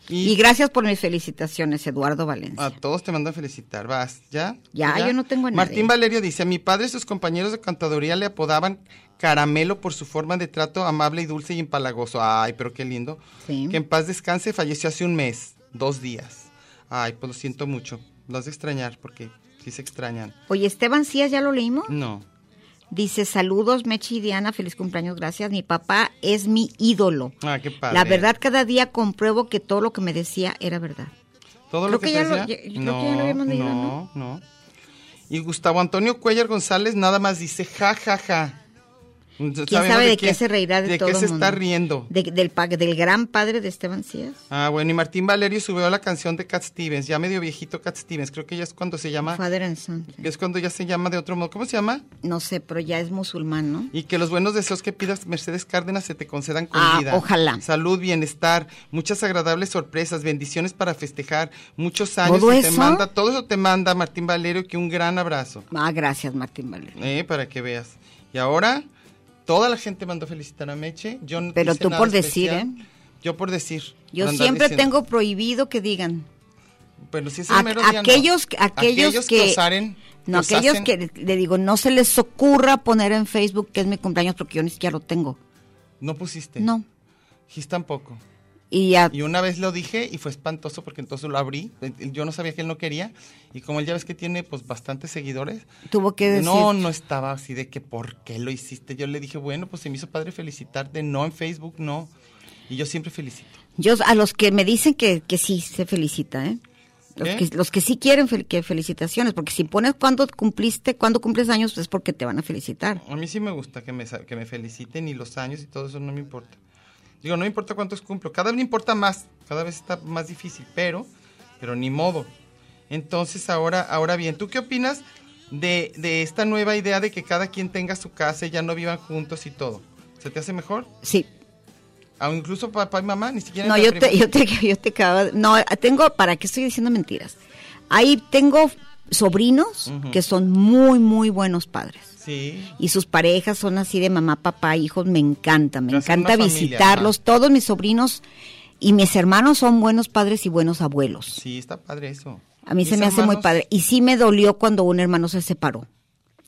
Y, Y, gracias por mis felicitaciones, Eduardo Valencia. a todos te mando a felicitar, vas, ¿ya? Ya, yo no tengo a nadie. Martín Valerio dice, a mi padre y sus compañeros de cantaduría le apodaban Caramelo por su forma de trato amable y dulce y empalagoso. Ay, pero Ah, qué lindo. Sí. Que en paz descanse, falleció hace un mes, dos días. Ay, pues lo siento mucho. Lo has de extrañar porque sí se extrañan. Oye, Esteban Cías, ¿ya lo leímos? No. Dice, saludos, Mechi y Diana, feliz cumpleaños, gracias. Mi papá es mi ídolo. Ah, qué padre. La verdad, cada día compruebo que todo lo que me decía era verdad. Todo Creo lo que, que ya te lo- decía. ya- yo creo que ya lo habíamos leído, no, no. Y Gustavo Antonio Cuellar González nada más dice ja, ja, ja. Mm, ¿Quién ¿Quién sabe de qué se reirá de, todo qué se mundo? está riendo? De- del, pa- del gran padre de Esteban Cías. Ah, bueno, y Martín Valerio subió la canción de Cat Stevens, ya medio viejito Cat Stevens, creo que ya es cuando se llama, Father and Son. es cuando ya se llama de otro modo, ¿cómo se llama? No sé, pero ya es musulmán, ¿no? Y que los buenos deseos que pidas Mercedes Cárdenas se te concedan con Ah, vida. ojalá. Salud, bienestar, muchas agradables sorpresas, bendiciones para festejar, muchos años. ¿Todo y Te eso? manda, todo eso te manda Martín Valerio, que un gran abrazo. Ah, gracias, Martín Valerio. Eh, para que veas. Y ahora, toda la gente mandó felicitar a Meche. Yo no Pero hice tú nada por decir, ¿eh? especial. Yo por decir. Yo por andar siempre diciendo. tengo prohibido que digan. Pero si es A- el mero día, no. aquellos- aquellos que- osaren, No, os aquellos hacen- que le digo, no se les ocurra poner en Facebook que es mi cumpleaños porque yo ni siquiera lo tengo. No pusiste. No. Gis tampoco. Y ya. Y una vez lo dije y fue espantoso porque entonces lo abrí. eh, Yo no sabía que él no quería. Y como él ya ves que tiene pues bastantes seguidores, Tuvo que decir. No, no estaba así de que por qué lo hiciste. Yo le dije, bueno, pues se me hizo padre felicitarte. No, en Facebook no. Y yo siempre felicito. Yo a los que me dicen que, que sí se felicita, ¿eh? Los, ¿Eh? Que, los que sí quieren fel- que felicitaciones, porque si pones cuándo cumpliste, cuándo cumples años, pues es porque te van a felicitar. A mí sí me gusta que me, sa- que me feliciten y los años y todo eso no me importa. Digo, no me importa cuántos cumplo. Cada vez me importa más. Cada vez está más difícil, pero, pero ni modo. Entonces, ahora, ahora bien, ¿tú qué opinas de, de esta nueva idea de que cada quien tenga su casa y ya no vivan juntos y todo? ¿Se te hace mejor? Sí. Aún incluso papá y mamá, ni siquiera... en No, la yo te, prim- yo te, yo te acabo de- No, tengo, ¿para qué estoy diciendo mentiras? Ahí tengo sobrinos que son muy, muy buenos padres. Sí. Y sus parejas son así de mamá, papá, hijos, me encanta, me Ya son encanta una familia, visitarlos. Todos mis sobrinos y mis hermanos son buenos padres y buenos abuelos. Sí, está padre eso. A mí Mis se me hace muy hermanos, padre. Y sí me dolió cuando un hermano se separó.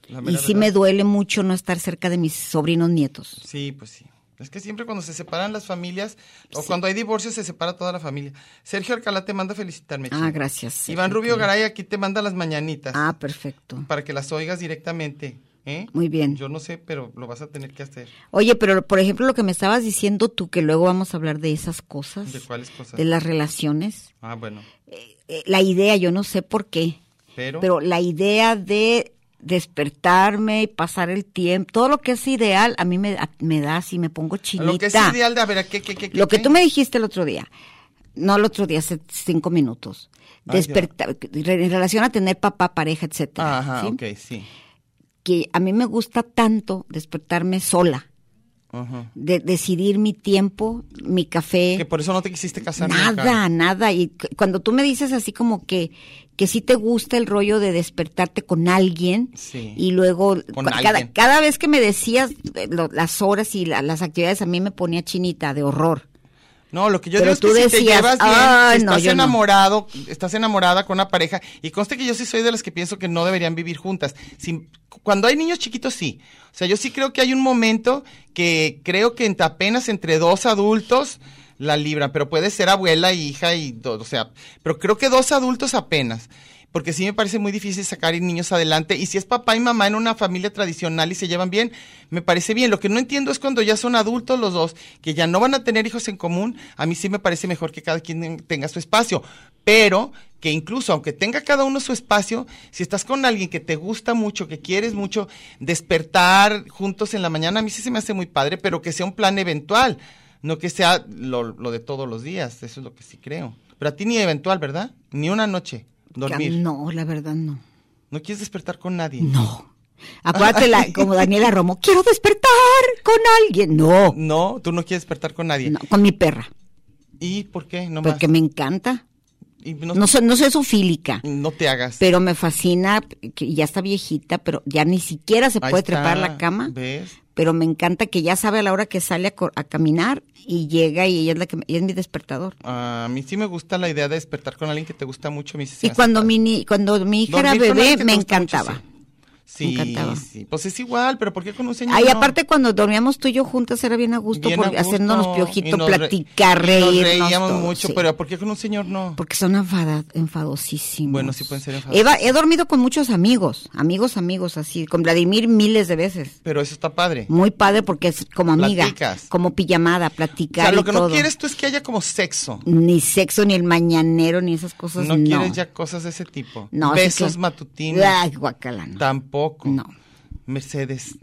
la Y mera sí verdad. me duele mucho no estar cerca de mis sobrinos nietos. Sí, pues sí. Es que siempre cuando se separan las familias, o cuando hay divorcios, se separa toda la familia. Sergio Alcalá te manda a felicitarme. Ah, chino. gracias. Sergio. Iván Rubio Garay aquí te manda las mañanitas. Ah, perfecto. Para que las oigas directamente. ¿eh? Muy bien. Yo no sé, pero lo vas a tener que hacer. Oye, pero por ejemplo lo que me estabas diciendo tú, que luego vamos a hablar de esas cosas. ¿De cuáles cosas? De las relaciones. Ah, bueno. Eh, La idea, yo no sé por qué, Pero, pero la idea de despertarme y pasar el tiempo, todo lo que es ideal, a mí me, a- me da así, me pongo chinita. lo que es ideal de a ver, ¿a ¿qué, qué, qué, qué, Lo que qué? tú me dijiste el otro día, no el otro día, hace cinco minutos, Ay, despertar, en relación a tener papá, pareja, etcétera, Ajá, ¿sí? ok, sí. que a mí me gusta tanto despertarme sola, Ajá. de decidir mi tiempo, mi café, Que por eso no te quisiste casar nada, nunca. nada. Y cu- cuando tú me dices así como que que sí te gusta el rollo de despertarte con alguien Sí. y luego Con cu- cada, alguien. cada vez que me decías eh, lo- las horas y la- las actividades a mí me ponía chinita de horror. No, lo que yo Pero digo es que tú si te decías, llevas bien, "Ay, si no, estás yo no". enamorado, estás enamorada con una pareja, y conste que yo sí soy de las que pienso que no deberían vivir juntas. Si- cuando hay niños chiquitos, sí. O sea, yo sí creo que hay un momento que creo que entre- apenas entre dos adultos la libran, pero puede ser abuela, hija y dos, o sea, pero creo que dos adultos apenas. Porque sí me parece muy difícil sacar niños adelante. Y si es papá y mamá en una familia tradicional y se llevan bien, me parece bien. Lo que no entiendo es cuando ya son adultos los dos, que ya no van a tener hijos en común, a mí sí me parece mejor que cada quien tenga su espacio. Pero que incluso aunque tenga cada uno su espacio, si estás con alguien que te gusta mucho, que quieres mucho, despertar juntos en la mañana, a mí sí se me hace muy padre, pero que sea un plan eventual, no que sea lo, lo de todos los días, eso es lo que sí creo. Pero a ti ni eventual, ¿verdad? Ni una noche, dormir. Que a- No, la verdad no. ¿No quieres despertar con nadie? No. Acuérdate la- como Daniela Romo, quiero despertar con alguien. No, No, tú no quieres despertar con nadie. no, con mi perra, ¿Y por qué? No más. porque me encanta. Y no, No soy, no soy zoofílica. no te hagas. Pero me fascina, que ya está viejita, pero ya ni siquiera se Ahí puede trepar a está, la cama. ¿Ves? Pero me encanta que ya sabe a la hora que sale a, cor- a caminar y llega y ella es, la que, me- ella es mi despertador. A mí sí me gusta la idea de despertar con alguien que te gusta mucho. a mí sí se Y me hace cuando padre. mi, ni- cuando mi hija era Dormir con alguien bebé, que me te gusta mucho, encantaba. sí. Me encantaba. Sí, sí. Pues es igual, pero ¿por qué con un señor? Ay, no? aparte cuando dormíamos tú y yo juntas era bien a gusto, Bien a por, gusto, haciéndonos y piojito, nos re- platicar, y nos reírnos. reíamos todo, mucho, sí. pero ¿por qué con un señor no? Porque son enfada- enfadosísimos. Bueno, sí pueden ser enfadosos. Eva, he dormido con muchos amigos, amigos, amigos, así, con Vladimir miles de veces. Pero eso está padre. Muy padre porque es como amiga, Platicas. como pijamada, O sea, platicar lo y que todo. no quieres tú es que haya como sexo. Ni sexo, ni el mañanero, ni esas cosas, no. no, quieres ya cosas de ese tipo. No, así Besos que- matutinos. Ay, guacala, no. Tampoco. No. Mercedes.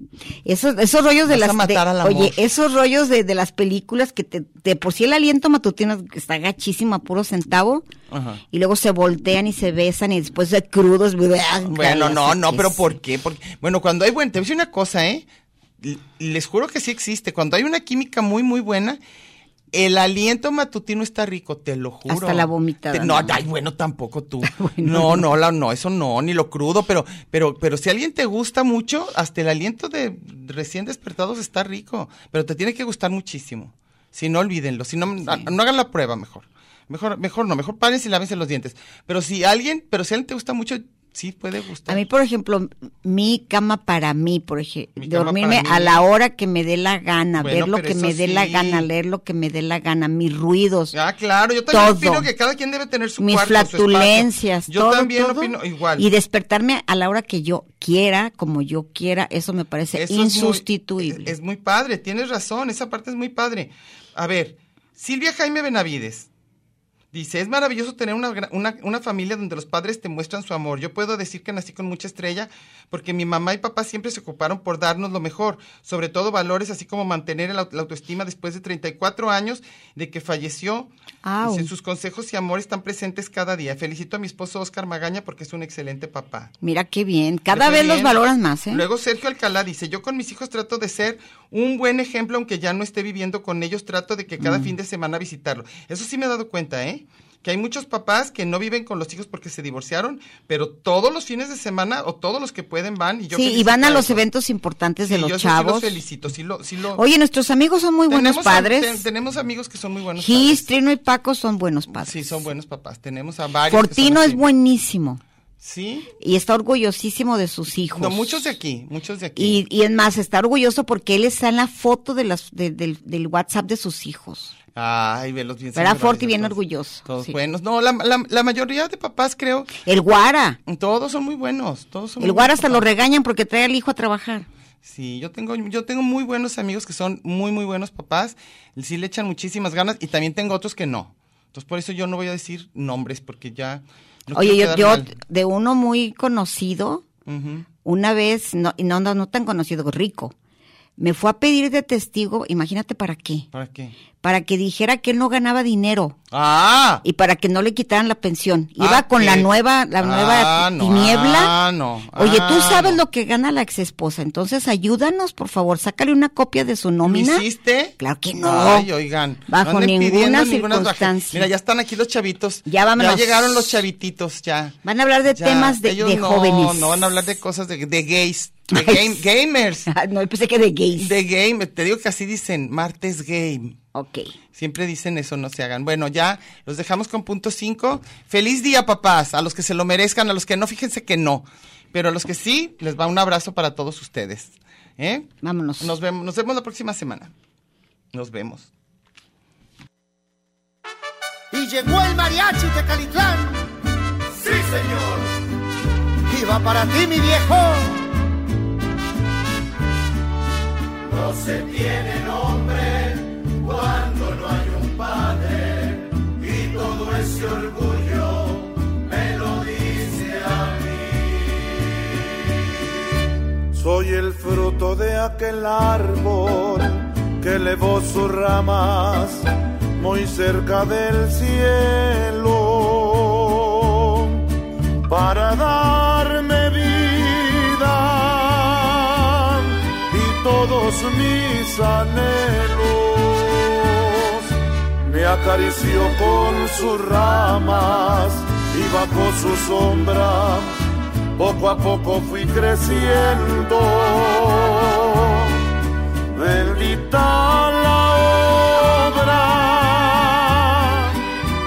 Esos, esos rollos de Vas a las... matar de- al amor. oye, esos rollos de, de las películas que te, de por sí el aliento matutino está gachísimo a puro centavo. Ajá. Y luego se voltean y se besan y después de crudos... ah, Bueno, no, no, pero por ¿por qué? Porque, bueno, cuando hay buen, te voy a decir una cosa, ¿eh? L- Les juro que sí existe. Cuando hay una química muy, muy buena, el aliento matutino está rico, te lo juro. Hasta la vomitada, Te- no, ¿no? ay, bueno, tampoco tú. no, Oh, no, la- no, eso no, ni lo crudo, pero, pero, pero si alguien te gusta mucho, hasta el aliento de recién despertados está rico, pero te tiene que gustar muchísimo. Si no, olvídenlo. Si no, no- no hagan la prueba mejor. Mejor, mejor no, mejor párense y lávense los dientes. Pero si alguien, pero si alguien te gusta mucho, sí puede gustar. A mí, por ejemplo, mi cama para mí, por ejemplo, Mi cama dormirme para mí. a la hora que me dé la gana, Bueno, ver lo pero que me eso dé la sí. gana, leer lo que me dé la gana, mis ruidos. Ah, claro, yo Todo. también opino que cada quien debe tener su mis cuarto, su espacio. flatulencias, Yo todo, también todo. opino igual. Y despertarme a la hora que yo quiera, como yo quiera, eso me parece Eso es muy- insustituible. Es muy padre, tienes razón, esa parte es muy padre. A ver, Silvia Jaime Benavides dice, es maravilloso tener una, gra- una, una familia donde los padres te muestran su amor. Yo puedo decir que nací con mucha estrella porque mi mamá y papá siempre se ocuparon por darnos lo mejor, sobre todo valores así como mantener la, au- la autoestima después de 34 años de que falleció. Au. Dice, sus consejos y amor están presentes cada día. Felicito a mi esposo Oscar Magaña porque es un excelente papá. Mira qué bien, Le cada fue vez los bien. valoras más, ¿eh? Luego Sergio Alcalá dice, yo con mis hijos trato de ser un buen Mm. ejemplo, aunque ya no esté viviendo con ellos, trato de que cada fin de semana visitarlo. Eso sí me he dado cuenta, ¿eh? que hay muchos papás que no viven con los hijos porque se divorciaron, pero todos los fines de semana o todos los que pueden van. Y yo sí, y van a los eso. eventos importantes sí, de los yo sí- chavos. Sí, los felicito, sí lo, sí lo- Oye, nuestros amigos son muy buenos Tenemos a- padres. ten- tenemos amigos que son muy buenos Gis, Trino y Paco son buenos padres. padres. Sí, son buenos papás. Tenemos a varios. que son Fortino así. es buenísimo Sí, y está orgullosísimo de sus hijos. no, muchos de aquí, muchos de aquí. Y, y es más, está orgulloso porque él está en la foto de las, de- del, del WhatsApp de sus hijos. Ay, velos bien. ¿Verdad? saludables, Forti bien todos- orgulloso. Todos sí. buenos. No, la, la- la mayoría de papás creo, El Guara. todos son muy buenos. Todos son El muy Guara buenos hasta lo papás. regañan porque trae al hijo a trabajar. Sí, yo tengo, yo tengo muy buenos amigos que son muy, muy buenos papás. Sí le echan muchísimas ganas y también tengo otros que no. Entonces, por eso yo no voy a decir nombres porque ya. no Oye, quiero yo, quedar yo mal. de uno muy conocido, Ujú. una vez, no, y no, no, no tan conocido, rico, me fue a pedir de testigo, imagínate para qué, ¿Para qué? para que dijera que él no ganaba dinero ¡Ah! y para que no le quitaran la pensión. Iba Ah, con la que- nueva, la nueva Ah, no, tiniebla. ah, no, Oye, tú ah, sabes lo que gana la ex esposa, entonces ayúdanos, por favor, sácale una copia de su ¿Lo nómina. hiciste? Claro que no. Ay, oigan. Bajo anden ninguna pidiendo ningunas bajas. circunstancia. Mira, ya están aquí los chavitos. Ya vámonos. Ya llegaron los chavititos, ya. Van a hablar de Ya, temas de, ellos de no, jóvenes. No, van a hablar de cosas de, de gays. De game- gamers. no, pensé que de gays. De game. Te digo que así dicen, martes game. Ok. Siempre dicen eso, no se hagan. Bueno, ya los dejamos con punto 5. Feliz día, papás. A los que se lo merezcan, a los que no, fíjense que no. Pero a los que sí, les va un abrazo para todos ustedes. ¿Eh? Vámonos. Nos vemos, nos vemos la próxima semana. Nos vemos. Y llegó el mariachi de Calitlán. Sí, señor. Y va para ti, mi viejo. No se tiene nombre cuando no hay un padre y todo ese orgullo me lo dice a mí. Soy el fruto de aquel árbol que elevó sus ramas muy cerca del cielo para darme vida y todos mis anhelos. Me acarició con sus ramas y bajo su sombra poco a poco fui creciendo. Bendita la obra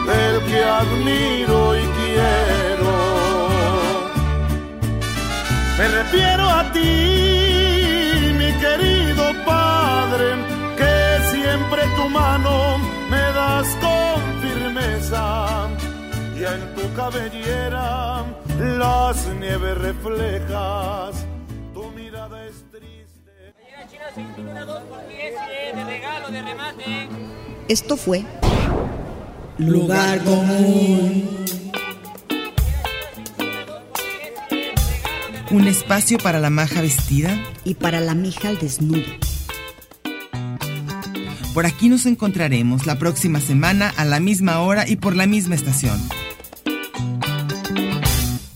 del que admiro y quiero. Me refiero a ti, mi querido Padre, que siempre tu mano me das con firmeza. Y en tu cabellera las nieves reflejas, tu mirada es Esto fue Lugar común. Un espacio para la maja vestida. Y para la mija al desnudo. Por aquí nos encontraremos la próxima semana a la misma hora y por la misma estación.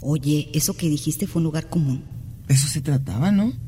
Oye, eso que dijiste fue un lugar común. De eso se trataba, ¿no?